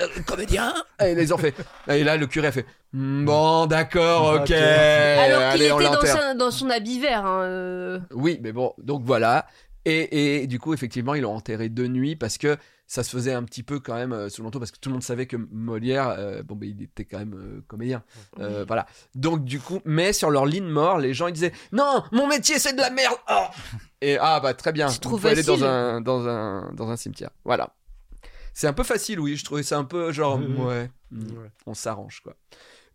[SPEAKER 2] euh, comédien. Et ils ont fait. Et là, le curé a fait mm, Bon, d'accord, ok.
[SPEAKER 1] Alors
[SPEAKER 3] Ok.
[SPEAKER 1] qu'il
[SPEAKER 2] Euh, allez, on
[SPEAKER 1] était dans,
[SPEAKER 2] l'enterre.
[SPEAKER 1] sa- dans son habit vert. hein, euh.
[SPEAKER 2] Oui, mais bon, donc voilà. Et, et du coup, effectivement, ils l'ont enterré de nuit parce que ça se faisait un petit peu quand même euh, sous longtemps parce que tout le monde savait que Molière, euh, bon, ben, il était quand même euh, comédien. Euh, Voilà. Donc, du coup, mais sur leur ligne mort, les gens ils disaient Non, mon métier c'est de la merde Oh Et ah, bah très bien,
[SPEAKER 1] C'est trop
[SPEAKER 2] vous pouvez aller dans
[SPEAKER 1] facile.
[SPEAKER 2] un, dans, un, dans un cimetière. Voilà. C'est un peu facile, oui, je trouvais ça un peu genre,
[SPEAKER 3] Oui, oui.
[SPEAKER 2] ouais, mm, on s'arrange quoi.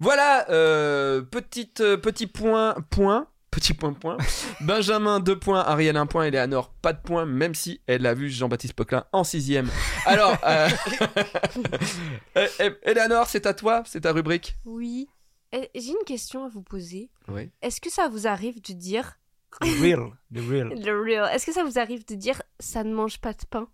[SPEAKER 2] Voilà, euh, petite, euh, petit point, point, petit point, point. Benjamin, 2 points. Ariel, 1 point. Eleanor, pas de points, même si elle a vu Jean-Baptiste Poquelin en 6 Alors, euh... eh, eh, Eleanor, c'est à toi, c'est ta rubrique.
[SPEAKER 1] Oui. Eh, J'ai une question à vous poser.
[SPEAKER 2] Oui.
[SPEAKER 1] Est-ce que ça vous arrive de dire
[SPEAKER 3] The real. The real.
[SPEAKER 1] le real Est-ce que ça vous arrive de dire ça ne mange pas de pain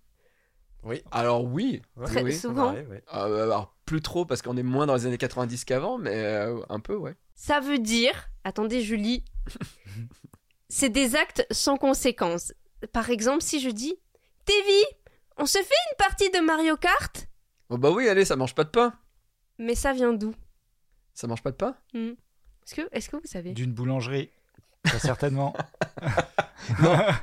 [SPEAKER 2] Alors, oui.
[SPEAKER 1] Très
[SPEAKER 2] oui.
[SPEAKER 1] souvent.
[SPEAKER 4] Ouais, ouais.
[SPEAKER 2] Ah, bah, alors, plus trop, parce qu'on est moins dans les années 90 qu'avant, mais euh, un peu, ouais.
[SPEAKER 1] Ça veut dire, attendez, je lis, c'est des actes sans conséquences. Par exemple, si je dis Tévi, on se fait une partie de Mario Kart
[SPEAKER 2] Oh bah oui, allez, ça mange pas de pain.
[SPEAKER 1] Mais ça vient d'où
[SPEAKER 2] Ça mange pas de pain
[SPEAKER 1] Hmm. Est-ce que, est-ce que vous savez
[SPEAKER 3] D'une boulangerie. Très certainement.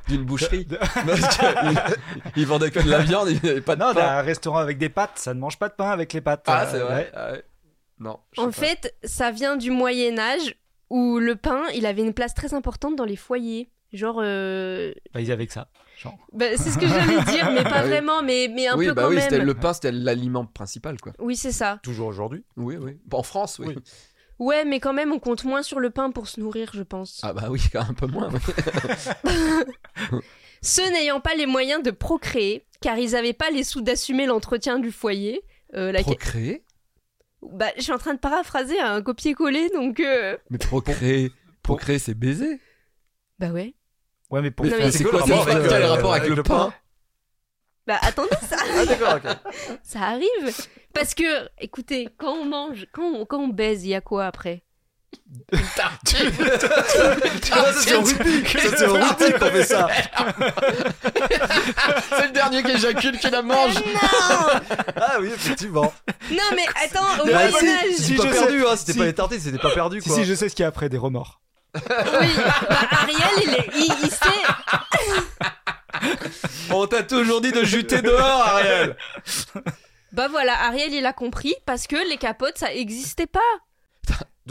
[SPEAKER 2] D'une boucherie.
[SPEAKER 3] De-
[SPEAKER 2] Parce que ils vendaient que de la viande, il n'y avait pas de
[SPEAKER 3] Non,
[SPEAKER 2] pain.
[SPEAKER 3] d'un restaurant avec des pâtes, ça ne mange pas de pain avec les pâtes.
[SPEAKER 2] Ah,
[SPEAKER 3] Euh,
[SPEAKER 2] c'est vrai.
[SPEAKER 3] ouais.
[SPEAKER 2] Ah ouais. Non. je sais
[SPEAKER 1] En
[SPEAKER 2] pas.
[SPEAKER 1] fait, ça vient du Moyen Âge où le pain, il avait une place très importante dans les foyers. Genre, euh,
[SPEAKER 3] Bah, ils avaient que ça. Genre.
[SPEAKER 1] bah, c'est ce que j'allais dire, mais
[SPEAKER 2] Bah
[SPEAKER 1] pas
[SPEAKER 2] oui.
[SPEAKER 1] vraiment, mais, mais un
[SPEAKER 2] oui,
[SPEAKER 1] peu
[SPEAKER 2] bah
[SPEAKER 1] quand
[SPEAKER 2] oui, c'était
[SPEAKER 1] même.
[SPEAKER 2] le pain, c'était l'aliment principal, quoi.
[SPEAKER 1] Oui, c'est ça.
[SPEAKER 4] Toujours aujourd'hui.
[SPEAKER 2] Oui, oui. En France, oui.
[SPEAKER 4] Oui.
[SPEAKER 1] Ouais, mais quand même, on compte moins sur le pain pour se nourrir, je pense.
[SPEAKER 2] Ah bah oui, quand même un peu moins. oui.
[SPEAKER 1] Ceux n'ayant pas les moyens de procréer, car ils n'avaient pas les sous d'assumer l'entretien du foyer. euh, la...
[SPEAKER 2] Procréer
[SPEAKER 1] bah, je suis en train de paraphraser un copier-coller, donc... euh,
[SPEAKER 2] Mais procréer, procréer c'est baiser.
[SPEAKER 1] Bah ouais.
[SPEAKER 3] Ouais, mais pour
[SPEAKER 1] Non, mais
[SPEAKER 2] c'est
[SPEAKER 1] c'est
[SPEAKER 2] quoi
[SPEAKER 1] quoi
[SPEAKER 2] le
[SPEAKER 1] le
[SPEAKER 2] rapport
[SPEAKER 1] rapport avec,
[SPEAKER 2] avec, quel
[SPEAKER 4] euh,
[SPEAKER 2] rapport avec
[SPEAKER 4] avec
[SPEAKER 2] le
[SPEAKER 4] le
[SPEAKER 2] pain
[SPEAKER 1] Bah attendez, ça,
[SPEAKER 4] Ah, d'accord, ok.
[SPEAKER 1] ça arrive. Parce que, écoutez, quand on mange, quand on, quand on baise, il y a quoi après
[SPEAKER 4] Ah, ça, c'est au rugby. Ça, c'est au rugby qu'on fait ça.
[SPEAKER 2] C'est le dernier qui éjacule qui la mange.
[SPEAKER 4] Ah oui, effectivement.
[SPEAKER 1] Non mais attends, au
[SPEAKER 4] Mais
[SPEAKER 1] Moyen
[SPEAKER 4] si,
[SPEAKER 1] Âge
[SPEAKER 4] si,
[SPEAKER 3] pas
[SPEAKER 4] pas
[SPEAKER 3] perdu,
[SPEAKER 4] perdu, hein. C'était
[SPEAKER 3] Si.
[SPEAKER 4] pas les tartines, c'était pas perdu,
[SPEAKER 3] Si,
[SPEAKER 4] quoi.
[SPEAKER 3] si, je sais ce qu'il y a après, des remords.
[SPEAKER 1] Oui, bah, Ariel, il, est- il, il sait.
[SPEAKER 2] On t'a toujours dit de juter dehors, Ariel.
[SPEAKER 1] Bah voilà, Ariel, il a compris parce que les capotes, ça existait pas.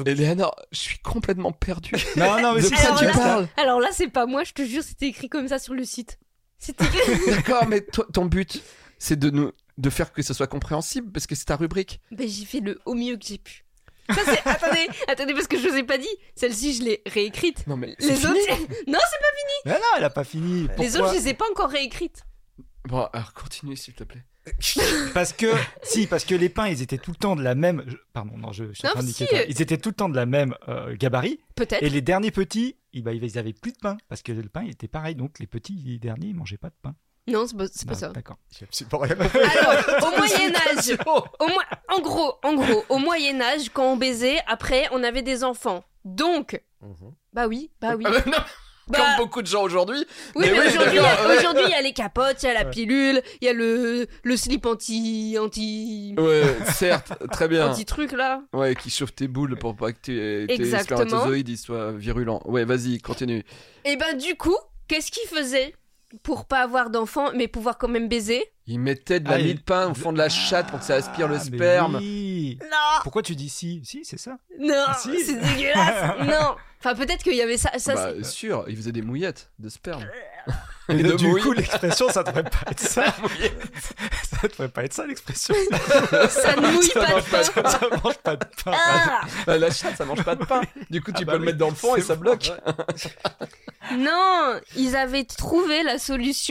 [SPEAKER 2] Eleanor, je suis complètement perdu.
[SPEAKER 3] Non, non, mais
[SPEAKER 2] De
[SPEAKER 3] si,
[SPEAKER 2] quoi
[SPEAKER 3] ça
[SPEAKER 1] Alors
[SPEAKER 2] tu
[SPEAKER 1] là-
[SPEAKER 2] parles
[SPEAKER 1] Alors là, c'est pas moi, je te jure, c'était écrit comme ça sur le site. C'était
[SPEAKER 2] D'accord, mais toi, ton but, c'est de nous de faire que ce soit compréhensible parce que c'est ta rubrique.
[SPEAKER 1] Ben, j'ai fait le au mieux que j'ai pu. Ça, c'est... attendez, attendez, parce que je vous ai pas dit. Celle-ci, je l'ai réécrite.
[SPEAKER 2] Non mais
[SPEAKER 1] Les autres, non, c'est pas...
[SPEAKER 3] Mais non, elle a pas fini.
[SPEAKER 1] les
[SPEAKER 3] Pourquoi
[SPEAKER 1] autres, je les ai pas encore réécrites.
[SPEAKER 2] Bon, alors continue s'il te plaît.
[SPEAKER 3] Parce que, si, parce que les pains, ils étaient tout le temps de la même. je- Pardon, non, je, je suis en
[SPEAKER 1] Non,
[SPEAKER 3] train de
[SPEAKER 1] si. euh,
[SPEAKER 3] niquer toi. Ils étaient tout le temps de la même euh, gabarit.
[SPEAKER 1] Peut-être.
[SPEAKER 3] Et les derniers petits, ils, bah, ils avaient plus de pain. Parce que le pain, il était pareil. Donc les petits les derniers, ils mangeaient pas de pain.
[SPEAKER 1] Non, c'est pas, c'est pas
[SPEAKER 3] Non,
[SPEAKER 1] ça.
[SPEAKER 3] D'accord.
[SPEAKER 4] C'est pas rien.
[SPEAKER 1] Alors, au Moyen Âge, au Mo- en gros, en gros, au Moyen Âge, quand on baisait, après, on avait des enfants. Donc, bah oui, bah oui.
[SPEAKER 2] Ah bah non,
[SPEAKER 1] Bah,
[SPEAKER 2] Comme beaucoup de gens aujourd'hui.
[SPEAKER 1] oui,
[SPEAKER 2] mais
[SPEAKER 1] mais
[SPEAKER 2] oui,
[SPEAKER 1] aujourd'hui, il y a-
[SPEAKER 2] d'accord, ouais.
[SPEAKER 1] aujourd'hui, il y a les capotes, il y a la pilule, il y a le, le slip anti,
[SPEAKER 2] Euh,
[SPEAKER 1] anti,
[SPEAKER 2] Ouais, certes, très bien.
[SPEAKER 1] anti truc là.
[SPEAKER 2] Ouais, qui chauffe tes boules pour pas que tes, tes
[SPEAKER 1] Exactement.
[SPEAKER 2] spermatozoïdes ils soient virulents. Ouais, vas-y, continue.
[SPEAKER 1] Et ben du coup, qu'est-ce qu'ils faisaient pour pas avoir d'enfants mais pouvoir quand même baiser
[SPEAKER 2] Ils mettaient de la
[SPEAKER 3] Ah,
[SPEAKER 2] mie
[SPEAKER 3] il-
[SPEAKER 2] de pain au fond de la chatte pour que ça aspire le
[SPEAKER 3] Ah, mais
[SPEAKER 2] sperme.
[SPEAKER 3] oui.
[SPEAKER 1] Non,
[SPEAKER 3] Pourquoi tu dis si Si, c'est ça.
[SPEAKER 1] non,
[SPEAKER 3] Si.
[SPEAKER 1] c'est dégueulasse. non. Enfin peut-être qu'il y avait ça. ça
[SPEAKER 2] bah,
[SPEAKER 1] c'est-
[SPEAKER 2] sûr, ils faisaient des mouillettes de sperme.
[SPEAKER 3] Et
[SPEAKER 2] de
[SPEAKER 3] du
[SPEAKER 2] mouiller.
[SPEAKER 3] coup, l'expression, ça devrait pas être ça. ça devrait pas être ça, l'expression.
[SPEAKER 1] ça ne mouille pas de pain.
[SPEAKER 3] ça mange pas de pain.
[SPEAKER 1] Ah
[SPEAKER 2] Bah, la chatte, ça mange pas de pain. Du coup, tu peux
[SPEAKER 3] Ah bah
[SPEAKER 2] le
[SPEAKER 3] oui,
[SPEAKER 2] mettre dans le fond et
[SPEAKER 3] c'est
[SPEAKER 2] ça
[SPEAKER 3] bon,
[SPEAKER 2] bloque.
[SPEAKER 3] ouais.
[SPEAKER 1] non, ils avaient trouvé la solution.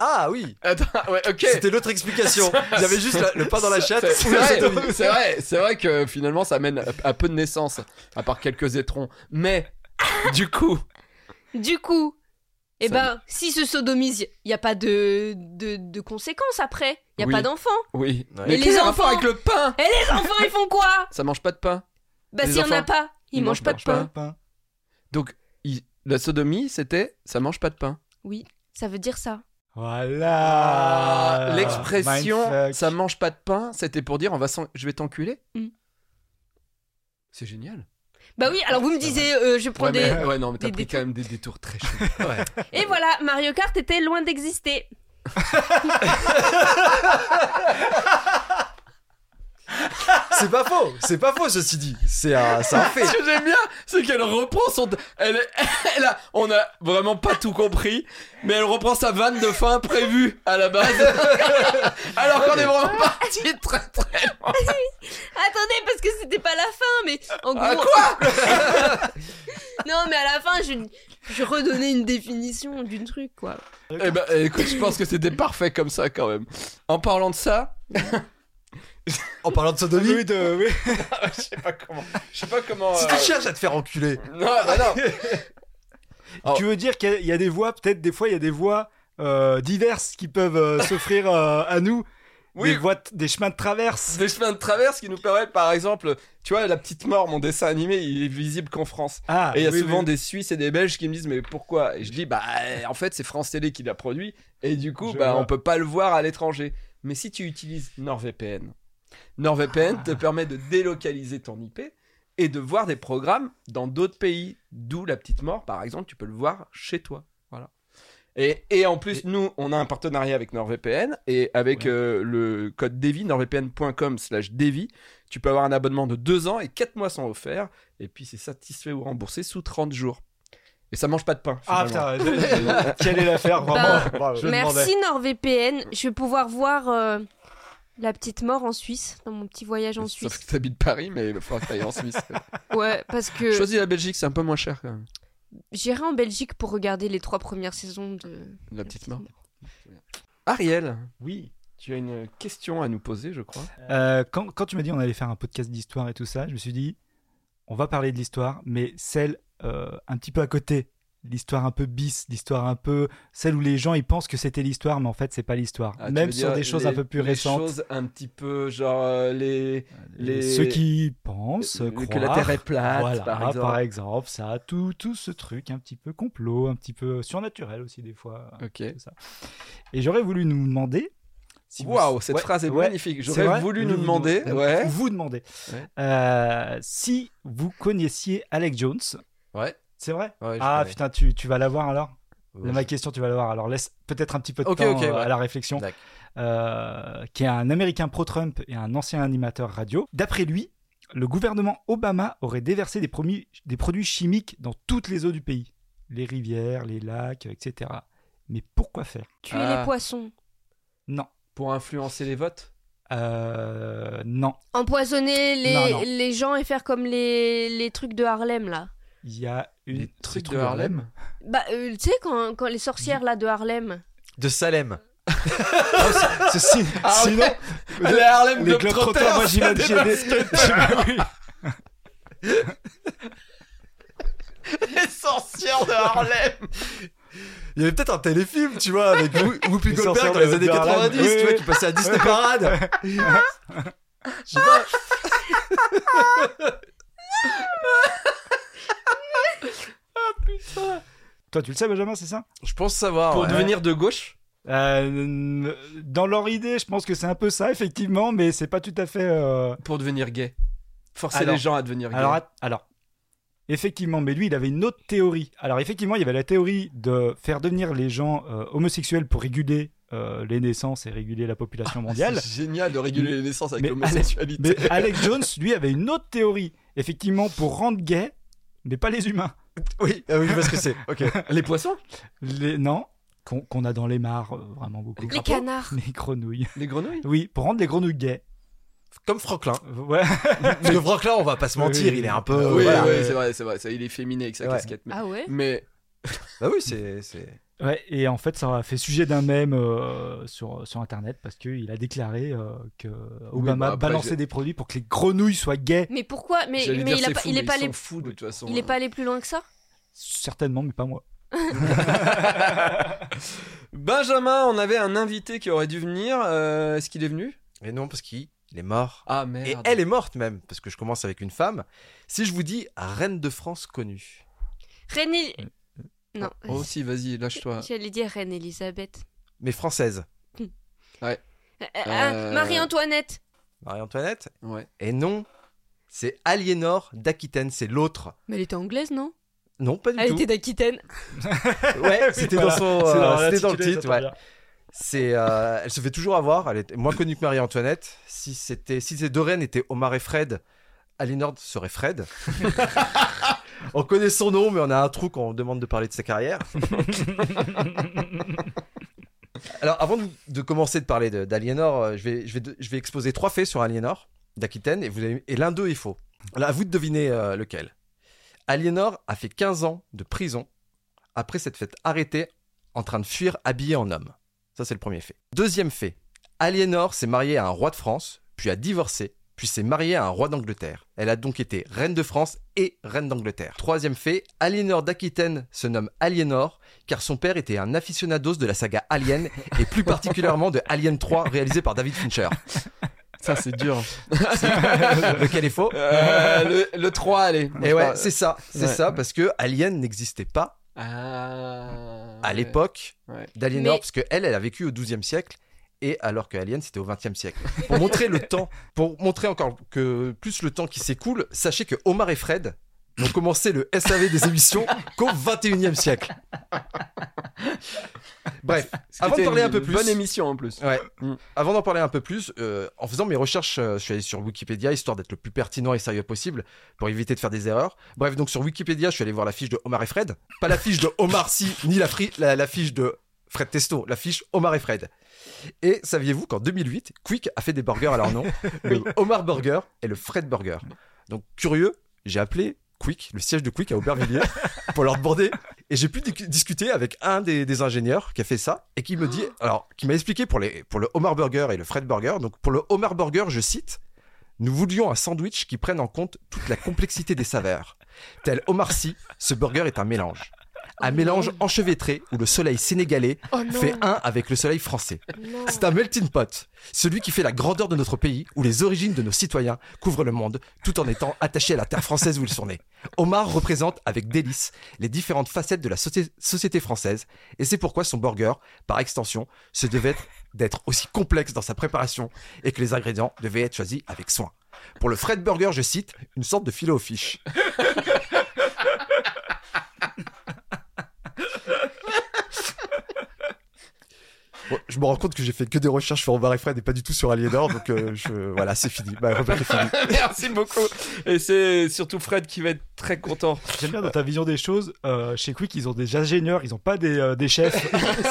[SPEAKER 4] Ah oui.
[SPEAKER 2] Attends, ouais, ok.
[SPEAKER 4] C'était l'autre explication. Il y avait juste la- le pain dans la chatte.
[SPEAKER 2] C'est vrai, c'est vrai, c'est vrai que finalement ça mène à, à peu de naissances, à part quelques étrons. Mais du coup,
[SPEAKER 1] Du coup, eh
[SPEAKER 2] Ça-
[SPEAKER 1] ben, s'ils se sodomisent, il n'y a pas de, de, de conséquences après. Il n'y a
[SPEAKER 2] Oui.
[SPEAKER 1] pas d'enfants.
[SPEAKER 2] oui.
[SPEAKER 4] Ouais.
[SPEAKER 1] Mais les
[SPEAKER 2] quel rapport
[SPEAKER 1] enfants-
[SPEAKER 2] avec le pain
[SPEAKER 1] Et les enfants, ils font quoi
[SPEAKER 2] Ça mange pas de pain.
[SPEAKER 1] Bah,
[SPEAKER 2] Les
[SPEAKER 1] s'il n'y en a
[SPEAKER 2] enfants,
[SPEAKER 1] pas, ils, mangent pas de pain.
[SPEAKER 3] pain.
[SPEAKER 2] Donc il- la sodomie, c'était ça mange pas de pain.
[SPEAKER 1] Oui, ça veut dire ça.
[SPEAKER 3] Voilà.
[SPEAKER 2] Ah, L'expression
[SPEAKER 3] Mindfuck.
[SPEAKER 2] ça mange pas de pain, c'était pour dire on va s'en- je vais t'enculer.
[SPEAKER 1] Mm.
[SPEAKER 2] C'est génial.
[SPEAKER 1] Bah oui, alors vous me disiez, euh, je prends
[SPEAKER 2] Ouais,
[SPEAKER 1] des...
[SPEAKER 2] mais, ouais, non, mais t'as
[SPEAKER 1] des
[SPEAKER 2] pris quand même des détours très chauds. Ouais.
[SPEAKER 1] Et voilà, Mario Kart était loin d'exister.
[SPEAKER 4] C'est pas faux. C'est pas faux, ceci dit. C'est un, c'est un fait.
[SPEAKER 2] Ce que j'aime bien, c'est qu'elle reprend son. Elle, est- elle a... On a vraiment pas tout compris, mais elle reprend sa vanne de fin prévue à la base. Alors qu'on est vraiment parti très très loin.
[SPEAKER 1] Attendez, parce que c'était pas la fin, mais en gros...
[SPEAKER 2] Ah, quoi
[SPEAKER 1] non, Non, mais à la fin, je, je redonnais une définition d'une truc, quoi.
[SPEAKER 2] Eh ben, eh, écoute, je pense que c'était parfait comme ça quand même. En parlant de ça,
[SPEAKER 4] En parlant de sodomie,
[SPEAKER 2] je sais pas comment. Je sais pas comment.
[SPEAKER 4] si
[SPEAKER 2] euh,
[SPEAKER 4] tu cherches à te faire enculer,
[SPEAKER 2] Non, bah non. Oh.
[SPEAKER 3] Tu veux dire qu'il y a- il y, a des voix, peut-être des fois, il y a des voix euh, diverses qui peuvent euh, s'offrir euh, à nous.
[SPEAKER 2] Oui.
[SPEAKER 3] Des, voies t- des chemins de traverse.
[SPEAKER 2] Des chemins de traverse qui nous permettent, par exemple, tu vois, la petite mort, mon dessin animé, il est visible qu'en France.
[SPEAKER 3] Ah,
[SPEAKER 2] et il y a
[SPEAKER 3] oui,
[SPEAKER 2] souvent
[SPEAKER 3] oui.
[SPEAKER 2] des Suisses et des Belges qui me disent mais pourquoi Et je dis bah euh, en fait c'est France Télé qui l'a produit et du coup
[SPEAKER 3] Je
[SPEAKER 2] bah
[SPEAKER 3] vois.
[SPEAKER 2] on peut pas le voir à l'étranger. Mais si tu utilises NordVPN, NordVPN
[SPEAKER 3] Ah.
[SPEAKER 2] te permet de délocaliser ton IP et de voir des programmes dans d'autres pays. D'où la petite mort par exemple, tu peux le voir chez toi. Voilà. Et, et en plus, nous, on a un partenariat avec NordVPN et avec euh, le code Devi, nordvpn.com slash Devi, tu peux avoir un abonnement de 2 ans et 4 mois sont offerts et puis c'est satisfait ou remboursé sous 30 jours. Et ça mange pas de pain.
[SPEAKER 3] Ah
[SPEAKER 2] finalement.
[SPEAKER 3] putain, j'ai- quelle est l'affaire
[SPEAKER 1] Bah,
[SPEAKER 3] vraiment Bravo.
[SPEAKER 1] Merci NordVPN. Je vais pouvoir voir euh, la petite mort en Suisse, dans mon petit voyage en
[SPEAKER 2] Sauf
[SPEAKER 1] Suisse.
[SPEAKER 2] que t'habites Paris, mais il faudra que t'ailles en Suisse.
[SPEAKER 1] Ouais, parce que
[SPEAKER 2] Choisis la Belgique, c'est un peu moins cher quand même.
[SPEAKER 1] j'irai en Belgique pour regarder les trois premières saisons de.
[SPEAKER 2] La petite mort. Ariel,
[SPEAKER 3] Oui.
[SPEAKER 2] tu as une question à nous poser, je crois.
[SPEAKER 3] Euh, quand, quand tu m'as dit on allait faire un podcast d'histoire et tout ça, je me suis dit on va parler de l'histoire, mais celle euh, un petit peu à côté, l'histoire un peu bis, l'histoire un peu celle où les gens ils pensent que c'était l'histoire, mais en fait c'est pas l'histoire.
[SPEAKER 2] Ah, tu
[SPEAKER 3] Même
[SPEAKER 2] veux
[SPEAKER 3] sur
[SPEAKER 2] dire
[SPEAKER 3] des choses
[SPEAKER 2] les-
[SPEAKER 3] un peu plus
[SPEAKER 2] les
[SPEAKER 3] récentes,
[SPEAKER 2] choses un petit peu genre euh, les. les-
[SPEAKER 3] ceux qui pensent
[SPEAKER 2] que
[SPEAKER 3] croire,
[SPEAKER 2] la Terre est plate,
[SPEAKER 3] voilà, ah,
[SPEAKER 2] par exemple.
[SPEAKER 3] exemple, ça, tout, tout ce truc un petit peu complot, un petit peu surnaturel aussi des fois.
[SPEAKER 2] Ok.
[SPEAKER 3] tout ça. Et j'aurais voulu nous demander. si vous-
[SPEAKER 2] Waouh, cette
[SPEAKER 3] Ouais,
[SPEAKER 2] phrase est
[SPEAKER 3] ouais.
[SPEAKER 2] magnifique.
[SPEAKER 3] C'est
[SPEAKER 2] J'aurais
[SPEAKER 3] vrai
[SPEAKER 2] voulu
[SPEAKER 3] Nous
[SPEAKER 2] nous
[SPEAKER 3] vous
[SPEAKER 2] demander.
[SPEAKER 3] demandons-
[SPEAKER 2] Ouais.
[SPEAKER 3] Vous demander.
[SPEAKER 2] Ouais.
[SPEAKER 3] Euh, si vous connaissiez Alec Jones,
[SPEAKER 2] Ouais.
[SPEAKER 3] c'est vrai
[SPEAKER 2] ouais, je
[SPEAKER 3] Ah
[SPEAKER 2] connais.
[SPEAKER 3] putain, tu, tu vas l'avoir alors
[SPEAKER 2] Ouais,
[SPEAKER 3] Ma question, tu vas l'avoir. Alors laisse peut-être un petit peu de
[SPEAKER 2] Ok,
[SPEAKER 3] temps
[SPEAKER 2] ok,
[SPEAKER 3] euh,
[SPEAKER 2] ouais.
[SPEAKER 3] à la réflexion.
[SPEAKER 2] D'accord.
[SPEAKER 3] Euh, qui est un Américain pro-Trump et un ancien animateur radio. D'après lui, le gouvernement Obama aurait déversé des, promis- des produits chimiques dans toutes les eaux du pays. Les rivières, les lacs, etc. Mais pourquoi faire
[SPEAKER 1] Tuer
[SPEAKER 2] Ah.
[SPEAKER 1] les poissons.
[SPEAKER 3] Non.
[SPEAKER 2] Pour influencer les votes
[SPEAKER 3] Euh, non.
[SPEAKER 1] Empoisonner les,
[SPEAKER 3] Non, non.
[SPEAKER 1] les gens et faire comme les, les trucs de Harlem, là.
[SPEAKER 3] Il y a une...
[SPEAKER 2] Les trucs
[SPEAKER 3] c'est
[SPEAKER 2] de
[SPEAKER 3] trop
[SPEAKER 2] Harlem
[SPEAKER 1] Bah, euh, tu sais, quand, quand les sorcières, là, de Harlem.
[SPEAKER 4] de Salem. Ah,
[SPEAKER 3] C'est- si-
[SPEAKER 2] Ah ouais.
[SPEAKER 3] sinon,
[SPEAKER 2] Les Harlem
[SPEAKER 3] les Globetrotters, moi j'imagine j'ai des- j'ai- oui.
[SPEAKER 2] Les sorcières de Harlem
[SPEAKER 4] Il y avait peut-être un téléfilm, tu vois, avec Who- Whoopi
[SPEAKER 3] Les
[SPEAKER 4] Goldberg
[SPEAKER 3] sorcières
[SPEAKER 4] dans les
[SPEAKER 3] de
[SPEAKER 4] années
[SPEAKER 3] Harlem.
[SPEAKER 4] 90,
[SPEAKER 3] Oui,
[SPEAKER 4] tu vois,
[SPEAKER 3] oui.
[SPEAKER 4] qui passait à Disney Parade. Je sais pas.
[SPEAKER 3] Toi, tu le sais, Benjamin, c'est ça
[SPEAKER 4] Je pense savoir.
[SPEAKER 2] Pour
[SPEAKER 4] ouais.
[SPEAKER 2] devenir de gauche
[SPEAKER 3] Euh, Dans leur idée, je pense que c'est un peu ça, effectivement, mais c'est pas tout à fait. euh,
[SPEAKER 2] Pour devenir gay. Forcer
[SPEAKER 3] Alors-
[SPEAKER 2] les gens à devenir gay.
[SPEAKER 3] Alors, att- alors, effectivement, mais lui, il avait une autre théorie. Alors, effectivement, il y avait la théorie de faire devenir les gens euh, homosexuels pour réguler euh, les naissances et réguler la population mondiale.
[SPEAKER 2] Ah, C'est génial de réguler les naissances avec
[SPEAKER 3] Mais-
[SPEAKER 2] l'homosexualité.
[SPEAKER 3] mais Alex Jones, lui, avait une autre théorie. Effectivement, pour rendre gay, mais pas les humains.
[SPEAKER 4] Oui, euh, oui, je vois ce que c'est. Ok.
[SPEAKER 2] Les poissons
[SPEAKER 3] Les, non, qu'on qu'on a dans les mares, euh, vraiment beaucoup.
[SPEAKER 1] Les canards.
[SPEAKER 3] Les grenouilles.
[SPEAKER 2] Les grenouilles
[SPEAKER 3] Oui, pour rendre les grenouilles gays.
[SPEAKER 4] Comme Franklin.
[SPEAKER 3] Ouais.
[SPEAKER 4] Parce que Franklin, on va pas se mentir,
[SPEAKER 3] Oui,
[SPEAKER 4] il est un
[SPEAKER 2] Oui,
[SPEAKER 4] peu.
[SPEAKER 2] oui,
[SPEAKER 4] voilà.
[SPEAKER 2] c'est vrai, c'est vrai. ça, il est féminé avec sa
[SPEAKER 4] Ouais.
[SPEAKER 2] casquette. Mais...
[SPEAKER 1] Ah ouais
[SPEAKER 2] mais-
[SPEAKER 4] Bah oui, c'est. c'est-
[SPEAKER 3] Ouais, et en fait, ça a fait sujet d'un mème euh, sur, sur Internet parce qu'il a déclaré euh, que Obama
[SPEAKER 2] bah, après,
[SPEAKER 3] balançait
[SPEAKER 2] j'ai-
[SPEAKER 3] des produits pour que les grenouilles soient gays,
[SPEAKER 1] Mais pourquoi Mais,
[SPEAKER 2] j'allais
[SPEAKER 1] mais
[SPEAKER 2] dire,
[SPEAKER 1] il, a
[SPEAKER 2] c'est
[SPEAKER 1] pas,
[SPEAKER 2] fou,
[SPEAKER 1] il, est
[SPEAKER 2] mais
[SPEAKER 1] pas
[SPEAKER 2] ils hein.
[SPEAKER 1] allé,
[SPEAKER 2] s'en foutent, de toute façon. euh.
[SPEAKER 1] il est pas allé plus loin que ça
[SPEAKER 3] certainement, mais pas moi.
[SPEAKER 2] Benjamin, on avait un invité qui aurait dû venir. euh, Est-ce qu'il est venu
[SPEAKER 4] Mais non, parce qu'il il est mort.
[SPEAKER 2] Ah merde.
[SPEAKER 4] Et elle est morte même, parce que je commence avec une femme. Si je vous dis reine de France connue.
[SPEAKER 1] Reine... Non.
[SPEAKER 2] Oh si, vas-y, lâche-toi.
[SPEAKER 1] J'allais dire Reine Elisabeth.
[SPEAKER 4] mais française.
[SPEAKER 1] Euh, ah,
[SPEAKER 2] Euh,
[SPEAKER 1] Marie-Antoinette.
[SPEAKER 4] Marie-Antoinette
[SPEAKER 2] Ouais.
[SPEAKER 4] Et non, c'est Aliénor d'Aquitaine, c'est l'autre.
[SPEAKER 1] Mais elle était anglaise, non
[SPEAKER 4] Non, pas du
[SPEAKER 3] Ah
[SPEAKER 1] Elle
[SPEAKER 4] tout.
[SPEAKER 1] était d'Aquitaine.
[SPEAKER 4] Ouais, c'était dans son, euh,
[SPEAKER 3] la
[SPEAKER 4] c'était dans le
[SPEAKER 3] titulaire, ça
[SPEAKER 4] titre, ouais.
[SPEAKER 3] tombe
[SPEAKER 4] C'est, euh, elle se fait toujours avoir. Elle est moins connue que Marie-Antoinette. Si c'était, si ces deux reines étaient Omar et Fred, Aliénor serait Fred. on connaît son nom, mais on a un trou quand on demande de parler de sa carrière. Alors, avant de, de commencer de parler de- d'Aliénor, euh, je vais, je vais, de- je vais exposer trois faits sur Aliénor d'Aquitaine, et vous avez- et l'un d'eux est faux. Alors, à vous de deviner euh, lequel. Aliénor a fait 15 ans de prison après s'être fait arrêter en train de fuir habillé en homme. Ça, c'est le premier fait. Deuxième fait, Aliénor s'est mariée à un roi de France, puis a divorcé, puis s'est mariée à un roi d'Angleterre. Elle a donc été reine de France et reine d'Angleterre. Troisième fait, Aliénor d'Aquitaine se nomme Aliénor, car son père était un aficionados de la saga Alien, et plus particulièrement de Alien 3 réalisé par David Fincher.
[SPEAKER 5] Ça, c'est dur.
[SPEAKER 4] Lequel est faux
[SPEAKER 2] Euh, le, le 3, allez.
[SPEAKER 4] Et ouais,
[SPEAKER 2] Enfin,
[SPEAKER 4] c'est ça, c'est
[SPEAKER 5] ouais.
[SPEAKER 4] ça, parce que Alien n'existait pas
[SPEAKER 2] Ah,
[SPEAKER 4] à l'époque
[SPEAKER 2] Ouais.
[SPEAKER 4] d'Aliénor,
[SPEAKER 1] Mais-
[SPEAKER 4] parce que elle, elle a vécu au XIIe siècle, et alors que Alien, c'était au XXe siècle. Pour montrer le temps, pour montrer encore que plus le temps qui s'écoule, sachez que Omar et Fred n'ont commencé le SAV des émissions qu'au XXIe siècle. Bref,
[SPEAKER 2] C'était
[SPEAKER 4] Avant de parler
[SPEAKER 2] une
[SPEAKER 4] un peu plus-
[SPEAKER 2] Bonne émission en plus.
[SPEAKER 4] ouais.
[SPEAKER 2] Mm.
[SPEAKER 4] Avant d'en parler un peu plus, euh, en faisant mes recherches, euh, je suis allé sur Wikipédia histoire d'être le plus pertinent et sérieux possible pour éviter de faire des erreurs. Bref, donc sur Wikipédia, je suis allé voir la fiche de Omar et Fred, pas la fiche de Omar Sy ni la, fri- la, la fiche de Fred Testo, la fiche Omar et Fred. Et saviez-vous qu'en 2008, Quick a fait des burgers à leur nom, le Omar Burger et le Fred Burger. Donc curieux, j'ai appelé Quick, le siège de Quick à Aubervilliers, pour leur demander. Et j'ai pu di- discuter avec un des, des ingénieurs qui a fait ça et qui me dit, alors, qui m'a expliqué pour, les, pour le Omar Burger et le Fred Burger. Donc, pour le Omar Burger, je cite, nous voulions un sandwich qui prenne en compte toute la complexité des saveurs. Tel Omar Sy, ce burger est un mélange. Un mélange enchevêtré où le soleil sénégalais
[SPEAKER 1] Oh
[SPEAKER 4] fait un avec le soleil français. C'est un melting pot, celui qui fait la grandeur de notre pays, où les origines de nos citoyens couvrent le monde, tout en étant attachés à la terre française où ils sont nés. Omar représente avec délice les différentes facettes de la soci- société française, et c'est pourquoi son burger, par extension, se devait être- d'être aussi complexe dans sa préparation, et que les ingrédients devaient être choisis avec soin. Pour le Fred Burger, je cite, une sorte de filet aux fiches. Bon, je me rends compte que j'ai fait que des recherches sur Omar et Fred et pas du tout sur Aliénor, donc euh, je, voilà, c'est fini. Bah, Ma rubrique est finie.
[SPEAKER 2] Merci beaucoup. Et c'est surtout Fred qui va être très content.
[SPEAKER 3] J'aime bien dans ta vision des choses, euh, chez Quick, ils ont des ingénieurs, ils n'ont pas des, euh, des chefs.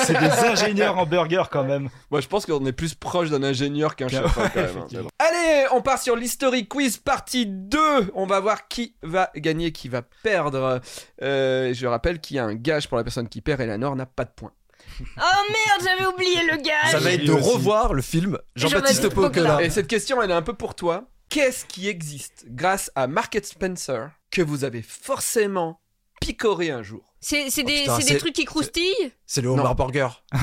[SPEAKER 3] c'est des ingénieurs en burger quand même.
[SPEAKER 2] Moi, je pense qu'on est plus proche d'un ingénieur qu'un chef. hein, quand même, hein.
[SPEAKER 3] effectivement.
[SPEAKER 2] Allez, on part sur l'History Quiz partie 2. On va voir qui va gagner, qui va perdre. Euh, je rappelle qu'il y a un gage pour la personne qui perd. Eleanor n'a pas de points.
[SPEAKER 1] Oh merde, j'avais oublié le gage.
[SPEAKER 4] Ça va être
[SPEAKER 3] Lui
[SPEAKER 4] de
[SPEAKER 3] aussi.
[SPEAKER 4] revoir le film Jean-Baptiste
[SPEAKER 1] Jean-Baptiste
[SPEAKER 4] Poquelin.
[SPEAKER 2] Et cette question, elle est un peu pour toi. Qu'est-ce qui existe grâce à Market Spencer que vous avez forcément picoré un jour
[SPEAKER 1] C'est c'est
[SPEAKER 4] Oh,
[SPEAKER 1] des,
[SPEAKER 4] putain,
[SPEAKER 1] c'est des
[SPEAKER 4] c'est-
[SPEAKER 1] trucs qui croustillent
[SPEAKER 4] C'est le Omar Burger.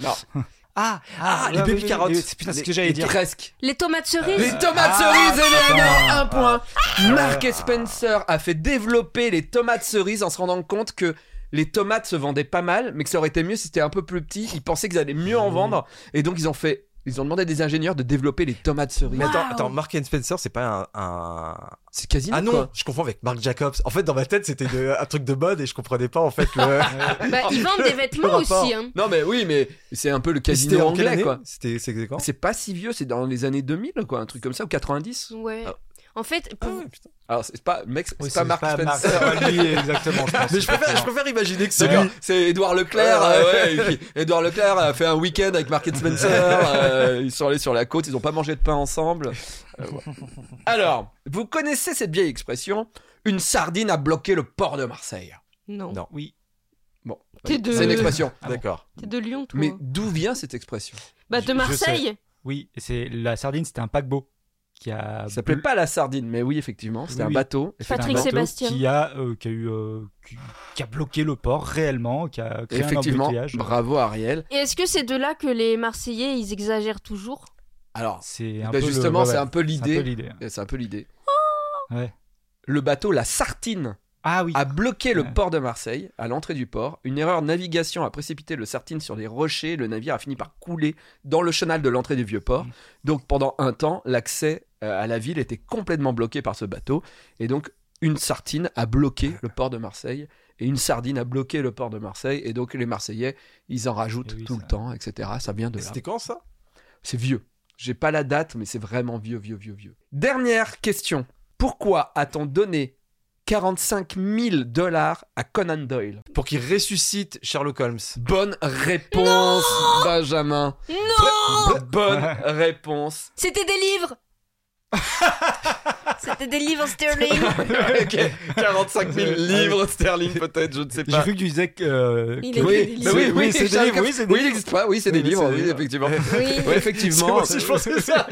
[SPEAKER 2] Non.
[SPEAKER 4] Ah, ah, les
[SPEAKER 3] ouais,
[SPEAKER 4] baby
[SPEAKER 3] oui, oui,
[SPEAKER 4] carottes.
[SPEAKER 3] oui, c'est- putain, c'est ce que j'allais
[SPEAKER 2] Et
[SPEAKER 3] dire.
[SPEAKER 2] Presque.
[SPEAKER 1] Les tomates
[SPEAKER 4] Euh, Ah.
[SPEAKER 1] cerises
[SPEAKER 2] Les tomates cerises, Eleanor, un point. Market Spencer a fait développer les tomates cerises en se rendant compte que les tomates se vendaient pas mal, mais que ça aurait été mieux si c'était un peu plus petit. Ils pensaient qu'ils allaient mieux
[SPEAKER 4] Mmh.
[SPEAKER 2] en vendre, et donc ils ont fait. Ils ont demandé à des ingénieurs de développer les tomates cerises.
[SPEAKER 4] Mais attends, attends, Mark and Spencer, c'est pas un, un-
[SPEAKER 2] C'est quasi
[SPEAKER 4] Ah non, je confonds avec Mark Jacobs. En fait, dans ma tête, c'était de- un truc de mode et je comprenais pas en fait le.
[SPEAKER 1] Bah, ils vendent des vêtements
[SPEAKER 4] Le rapport.
[SPEAKER 1] aussi. Hein.
[SPEAKER 2] Non, mais oui, mais c'est un peu le
[SPEAKER 4] C'était
[SPEAKER 2] casino
[SPEAKER 4] en quelle
[SPEAKER 2] anglais,
[SPEAKER 4] année
[SPEAKER 2] quoi.
[SPEAKER 4] C'était c'est c'est quand
[SPEAKER 2] C'est pas si vieux, c'est dans les années 2000, quoi, un truc comme ça, ou 90.
[SPEAKER 1] Ouais.
[SPEAKER 2] Ah.
[SPEAKER 1] En fait, pour-
[SPEAKER 2] Alors, c'est pas, mec, c'est
[SPEAKER 3] Oui,
[SPEAKER 2] pas Mark
[SPEAKER 3] Marc,
[SPEAKER 2] Spencer.
[SPEAKER 3] c'est pas lui, exactement. Je pense.
[SPEAKER 4] Mais je préfère, je préfère imaginer que c'est
[SPEAKER 2] D'accord.
[SPEAKER 4] lui.
[SPEAKER 2] C'est Édouard Leclerc. euh, ouais, qui- Édouard Leclerc a fait un week-end avec Market Spencer. euh, ils sont allés sur la côte. Ils n'ont pas mangé de pain ensemble. Euh, voilà. Alors, vous connaissez cette vieille expression Une sardine a bloqué le port de Marseille.
[SPEAKER 1] non.
[SPEAKER 4] Non.
[SPEAKER 2] Bon,
[SPEAKER 1] T'es de-
[SPEAKER 2] c'est une expression.
[SPEAKER 4] D'accord.
[SPEAKER 1] T'es de Lyon, toi.
[SPEAKER 2] Mais d'où vient cette expression
[SPEAKER 1] Bah,
[SPEAKER 3] je-
[SPEAKER 1] de
[SPEAKER 3] je
[SPEAKER 1] Marseille
[SPEAKER 3] Oui, et c'est la sardine, c'était un paquebot qui a.
[SPEAKER 2] Ça s'appelait pas la sardine, mais oui, effectivement, c'était
[SPEAKER 3] Ah, Oui,
[SPEAKER 2] un
[SPEAKER 3] oui.
[SPEAKER 2] bateau.
[SPEAKER 3] C'était un
[SPEAKER 1] Patrick
[SPEAKER 3] bateau
[SPEAKER 1] Sébastien.
[SPEAKER 3] Qui a, euh, qui a eu, euh, qui, qui a bloqué le port réellement, qui a créé un
[SPEAKER 2] Effectivement,
[SPEAKER 3] embouteillage.
[SPEAKER 2] bravo Ariel.
[SPEAKER 1] Et est-ce que c'est de là que les Marseillais, ils exagèrent toujours
[SPEAKER 2] Alors,
[SPEAKER 3] C'est un
[SPEAKER 2] bah,
[SPEAKER 3] peu le-
[SPEAKER 2] justement,
[SPEAKER 3] ouais,
[SPEAKER 2] c'est
[SPEAKER 3] ouais,
[SPEAKER 2] un peu
[SPEAKER 3] C'est un peu
[SPEAKER 2] l'idée.
[SPEAKER 3] l'idée.
[SPEAKER 2] C'est un peu l'idée.
[SPEAKER 3] Ouais.
[SPEAKER 2] Le bateau, la sartine,
[SPEAKER 3] Ah oui.
[SPEAKER 2] a bloqué le
[SPEAKER 3] Ouais.
[SPEAKER 2] port de Marseille à l'entrée du port. Une erreur de navigation a précipité le Sartine sur les rochers. Le navire a fini par couler dans le chenal de l'entrée du vieux
[SPEAKER 3] Mm.
[SPEAKER 2] port. Donc pendant un temps, l'accès euh, à la ville était complètement bloqué par ce bateau. Et donc une Sartine a bloqué le port de Marseille. Et une sardine a bloqué le port de Marseille. Et donc les Marseillais, ils en rajoutent
[SPEAKER 3] Eh oui,
[SPEAKER 2] tout
[SPEAKER 3] ça-
[SPEAKER 2] le temps, etc. Ça vient de là.
[SPEAKER 4] C'était quand ça
[SPEAKER 2] C'est vieux. J'ai pas la date, mais c'est vraiment vieux, vieux, vieux, vieux. Dernière question. Pourquoi a-t-on donné 45 000 dollars à Conan Doyle
[SPEAKER 4] Pour qu'il ressuscite Sherlock Holmes.
[SPEAKER 2] Bonne réponse, Benjamin.
[SPEAKER 1] Non
[SPEAKER 2] Bonne réponse.
[SPEAKER 1] C'était des livres C'était des livres sterling.
[SPEAKER 2] Ok, 45 000 livres sterling peut-être, je ne sais
[SPEAKER 3] J'ai
[SPEAKER 2] pas.
[SPEAKER 3] cru que tu disais que. euh,
[SPEAKER 1] Il
[SPEAKER 3] que-
[SPEAKER 1] a
[SPEAKER 2] Oui,
[SPEAKER 1] des
[SPEAKER 2] bah
[SPEAKER 1] livres.
[SPEAKER 2] oui, oui,
[SPEAKER 3] c'est des
[SPEAKER 2] Charles
[SPEAKER 3] livres,
[SPEAKER 2] Cap-
[SPEAKER 3] oui, c'est
[SPEAKER 2] oui,
[SPEAKER 3] des
[SPEAKER 2] il
[SPEAKER 3] livres.
[SPEAKER 2] n'existe pas, oui, c'est des
[SPEAKER 3] Oui,
[SPEAKER 2] livres,
[SPEAKER 3] c'est des
[SPEAKER 2] oui,
[SPEAKER 3] livres.
[SPEAKER 2] effectivement.
[SPEAKER 1] Oui.
[SPEAKER 2] Ouais,
[SPEAKER 3] C'est
[SPEAKER 2] effectivement.
[SPEAKER 3] moi aussi, je pensais ça.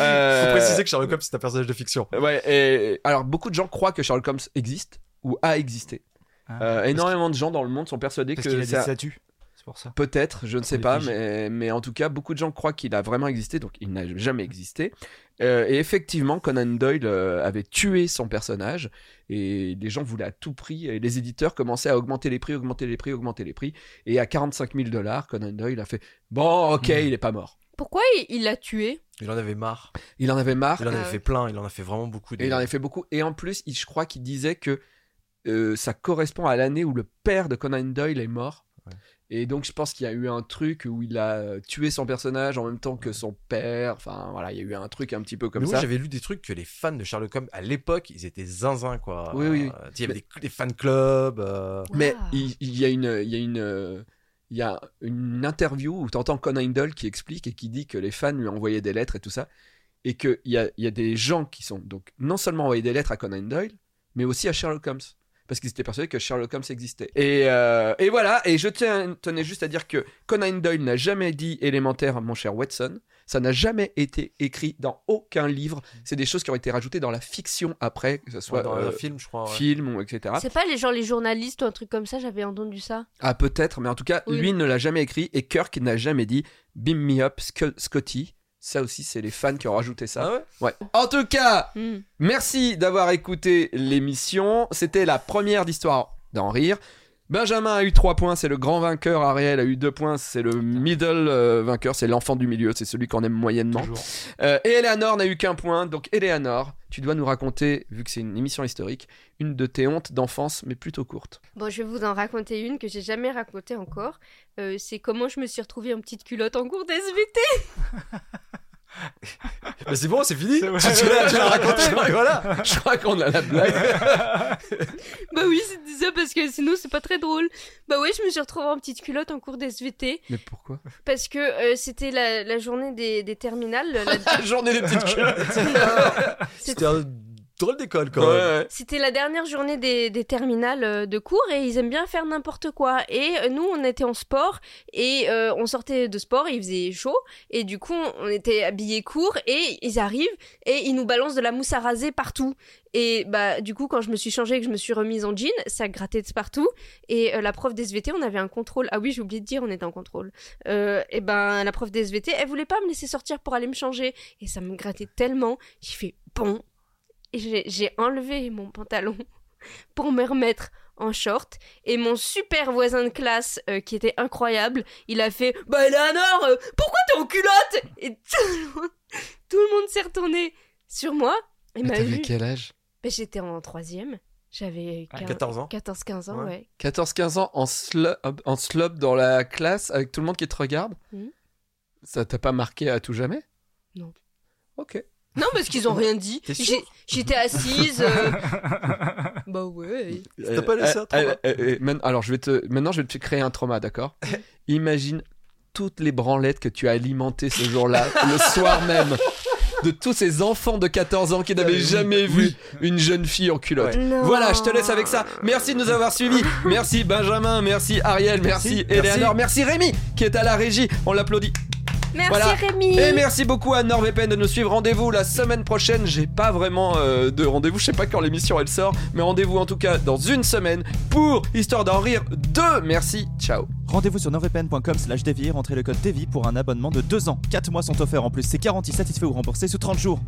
[SPEAKER 2] Euh,
[SPEAKER 4] Faut préciser que Sherlock Holmes, c'est un personnage de fiction.
[SPEAKER 2] Ouais, et alors beaucoup de gens croient que Sherlock Holmes existe ou a existé. Euh, énormément de gens dans le monde sont persuadés
[SPEAKER 3] Parce qu'il a
[SPEAKER 2] que
[SPEAKER 3] des
[SPEAKER 2] ça.
[SPEAKER 3] statues. C'est pour ça.
[SPEAKER 2] Peut-être, je ne sais
[SPEAKER 3] des
[SPEAKER 2] pas,
[SPEAKER 3] piges.
[SPEAKER 2] mais, mais en tout cas, beaucoup de gens croient qu'il a vraiment existé, donc il n'a jamais existé. Euh, et effectivement, Conan Doyle euh, avait tué son personnage, et les gens voulaient à tout prix, et les éditeurs commençaient à augmenter les prix, augmenter les prix, augmenter les prix, et à 45 000 dollars, Conan Doyle a fait Bon, ok,
[SPEAKER 3] Hmm.
[SPEAKER 2] il est pas mort.
[SPEAKER 1] Pourquoi il- il l'a tué
[SPEAKER 4] Il en avait marre.
[SPEAKER 2] Il en avait marre,
[SPEAKER 4] Il en
[SPEAKER 1] Ah
[SPEAKER 3] euh,
[SPEAKER 4] avait
[SPEAKER 1] ouais.
[SPEAKER 4] fait plein. Il en a fait vraiment beaucoup.
[SPEAKER 2] Et il en a fait beaucoup. Et en plus, il- je crois qu'il disait que euh, ça correspond à l'année où le père de Conan Doyle est mort.
[SPEAKER 4] Ouais.
[SPEAKER 2] Et donc, je pense qu'il y a eu un truc où il a euh, tué son personnage en même temps que son père. Enfin, voilà, il y a eu un truc un petit peu comme
[SPEAKER 4] Mais moi,
[SPEAKER 2] ça.
[SPEAKER 4] j'avais lu des trucs que les fans de Sherlock Holmes, à l'époque, ils étaient zinzins, quoi.
[SPEAKER 2] Oui, oui, oui.
[SPEAKER 4] Euh, Il y avait
[SPEAKER 2] Mais-
[SPEAKER 4] des, des fan clubs. euh,
[SPEAKER 2] Mais
[SPEAKER 1] Waouh.
[SPEAKER 2] il, il y a une, il y a une, euh, il y a une interview où tu entends Conan Doyle qui explique et qui dit que les fans lui envoyaient des lettres et tout ça, et qu'il y a, il y a des gens qui sont donc non seulement envoyés des lettres à Conan Doyle, mais aussi à Sherlock Holmes. Parce qu'ils étaient persuadés que Sherlock Holmes existait. Et, euh, et voilà, et je tiens- tenais juste à dire que Conan Doyle n'a jamais dit élémentaire, mon cher Watson. Ça n'a jamais été écrit dans aucun livre. C'est des choses qui ont été rajoutées dans la fiction après, que ce soit
[SPEAKER 4] dans
[SPEAKER 2] euh,
[SPEAKER 4] un film, je crois. ouais.
[SPEAKER 2] film ou etc.
[SPEAKER 1] C'est pas les gens, les journalistes ou un truc comme ça, j'avais entendu ça.
[SPEAKER 2] Ah peut-être, mais en tout cas,
[SPEAKER 1] Oui.
[SPEAKER 2] lui ne l'a jamais écrit et Kirk n'a jamais dit Beam me up, Sc- Scotty. Ça aussi, c'est les fans qui ont rajouté
[SPEAKER 4] Ah
[SPEAKER 2] ça.
[SPEAKER 4] ouais
[SPEAKER 2] ouais. En tout cas,
[SPEAKER 1] Hmm.
[SPEAKER 2] merci d'avoir écouté l'émission. C'était la première d'Histoire d'en rire. Benjamin a eu 3 points, c'est le grand vainqueur. Ariel a eu 2 points, c'est le middle euh, vainqueur, c'est l'enfant du milieu, c'est celui qu'on aime moyennement.
[SPEAKER 3] Toujours.
[SPEAKER 2] Euh, et Eleanor n'a eu qu'un point. Donc, Eleanor, tu dois nous raconter, vu que c'est une émission historique, une de tes hontes d'enfance, mais plutôt courte.
[SPEAKER 1] Bon, je vais vous en raconter une que j'ai jamais racontée encore. Euh, c'est comment je me suis retrouvée en petite culotte en cours d'SVT.
[SPEAKER 4] Mais Bah, c'est bon, c'est fini.
[SPEAKER 3] C'est vrai.
[SPEAKER 4] Tu- tu l'as tu l'as raconté. et voilà.
[SPEAKER 2] Je crois qu'on a la blague.
[SPEAKER 1] bah oui, c'est ça parce que sinon c'est pas très drôle. Bah oui, je me suis retrouvée en petite culotte en cours d'SVT
[SPEAKER 2] Mais pourquoi
[SPEAKER 1] parce que euh, c'était la, la journée des, des terminales. la-
[SPEAKER 2] La journée des petites culottes.
[SPEAKER 4] C'était un drôle d'école,
[SPEAKER 2] Ouais,
[SPEAKER 4] quand même.
[SPEAKER 2] ouais.
[SPEAKER 1] C'était la dernière journée des, des terminales euh, de cours et ils aiment bien faire n'importe quoi. Et euh, nous, on était en sport et euh, on sortait de sport, il faisait chaud et du coup, on était habillés court et ils arrivent et ils nous balancent de la mousse à raser partout. Et bah du coup, quand je me suis changée et que je me suis remise en jean, ça grattait de partout. Et euh, la prof des SVT, on avait un contrôle. Ah oui, j'ai oublié de dire, on était en contrôle. Euh, et ben la prof des SVT, elle voulait pas me laisser sortir pour aller me changer et ça me grattait tellement. J'ai fait bon, et j'ai j'ai enlevé mon pantalon pour me remettre en short et mon super voisin de classe euh, qui était incroyable il a fait bah Eleanor euh, pourquoi t'es en culotte et tout le monde, tout le monde s'est retourné sur moi et m'a vu
[SPEAKER 2] quel âge
[SPEAKER 1] Bah, j'étais en troisième j'avais
[SPEAKER 3] Ah,
[SPEAKER 1] 15
[SPEAKER 4] 14 ans.
[SPEAKER 1] 14 15 ans
[SPEAKER 4] Ouais.
[SPEAKER 1] ouais,
[SPEAKER 2] 14-15 ans en slob, en slob dans la classe avec tout le monde qui te regarde
[SPEAKER 1] Mhm.
[SPEAKER 2] Ça t'a pas marqué à tout jamais
[SPEAKER 1] Non.
[SPEAKER 2] Ok.
[SPEAKER 1] non parce qu'ils ont rien dit
[SPEAKER 4] T'es sûre
[SPEAKER 1] J'ai- j'étais assise euh, bah ouais
[SPEAKER 2] T'as
[SPEAKER 4] pas laissé un
[SPEAKER 2] euh,
[SPEAKER 4] trauma
[SPEAKER 2] Eh, Alors, je vais te... maintenant, je vais te créer un trauma, d'accord Imagine toutes les branlettes que tu as alimentées ce jour-là, le soir même, de tous ces enfants de 14
[SPEAKER 4] Ah,
[SPEAKER 2] ans qui n'avaient jamais vu une jeune fille en culotte.
[SPEAKER 1] Non.
[SPEAKER 2] Voilà, je te laisse avec ça. Merci de nous avoir suivis. Merci Benjamin, merci Ariel, merci, Eleanor, merci Rémi qui est à la régie. On l'applaudit.
[SPEAKER 1] merci
[SPEAKER 2] Voilà.
[SPEAKER 1] Rémi
[SPEAKER 2] Et merci beaucoup à NordVPN de nous suivre. Rendez-vous la semaine prochaine. J'ai pas vraiment euh, de rendez-vous. Je sais pas quand l'émission elle sort, mais rendez-vous en tout cas dans une semaine pour Histoire d'en rire 2. Merci, ciao.
[SPEAKER 6] Rendez-vous sur nordvpn.com slash DVI, rentrez le code DVI pour un abonnement de 2 ans. 4 mois sont offerts en plus, c'est garanti, satisfait ou remboursé sous 30 jours.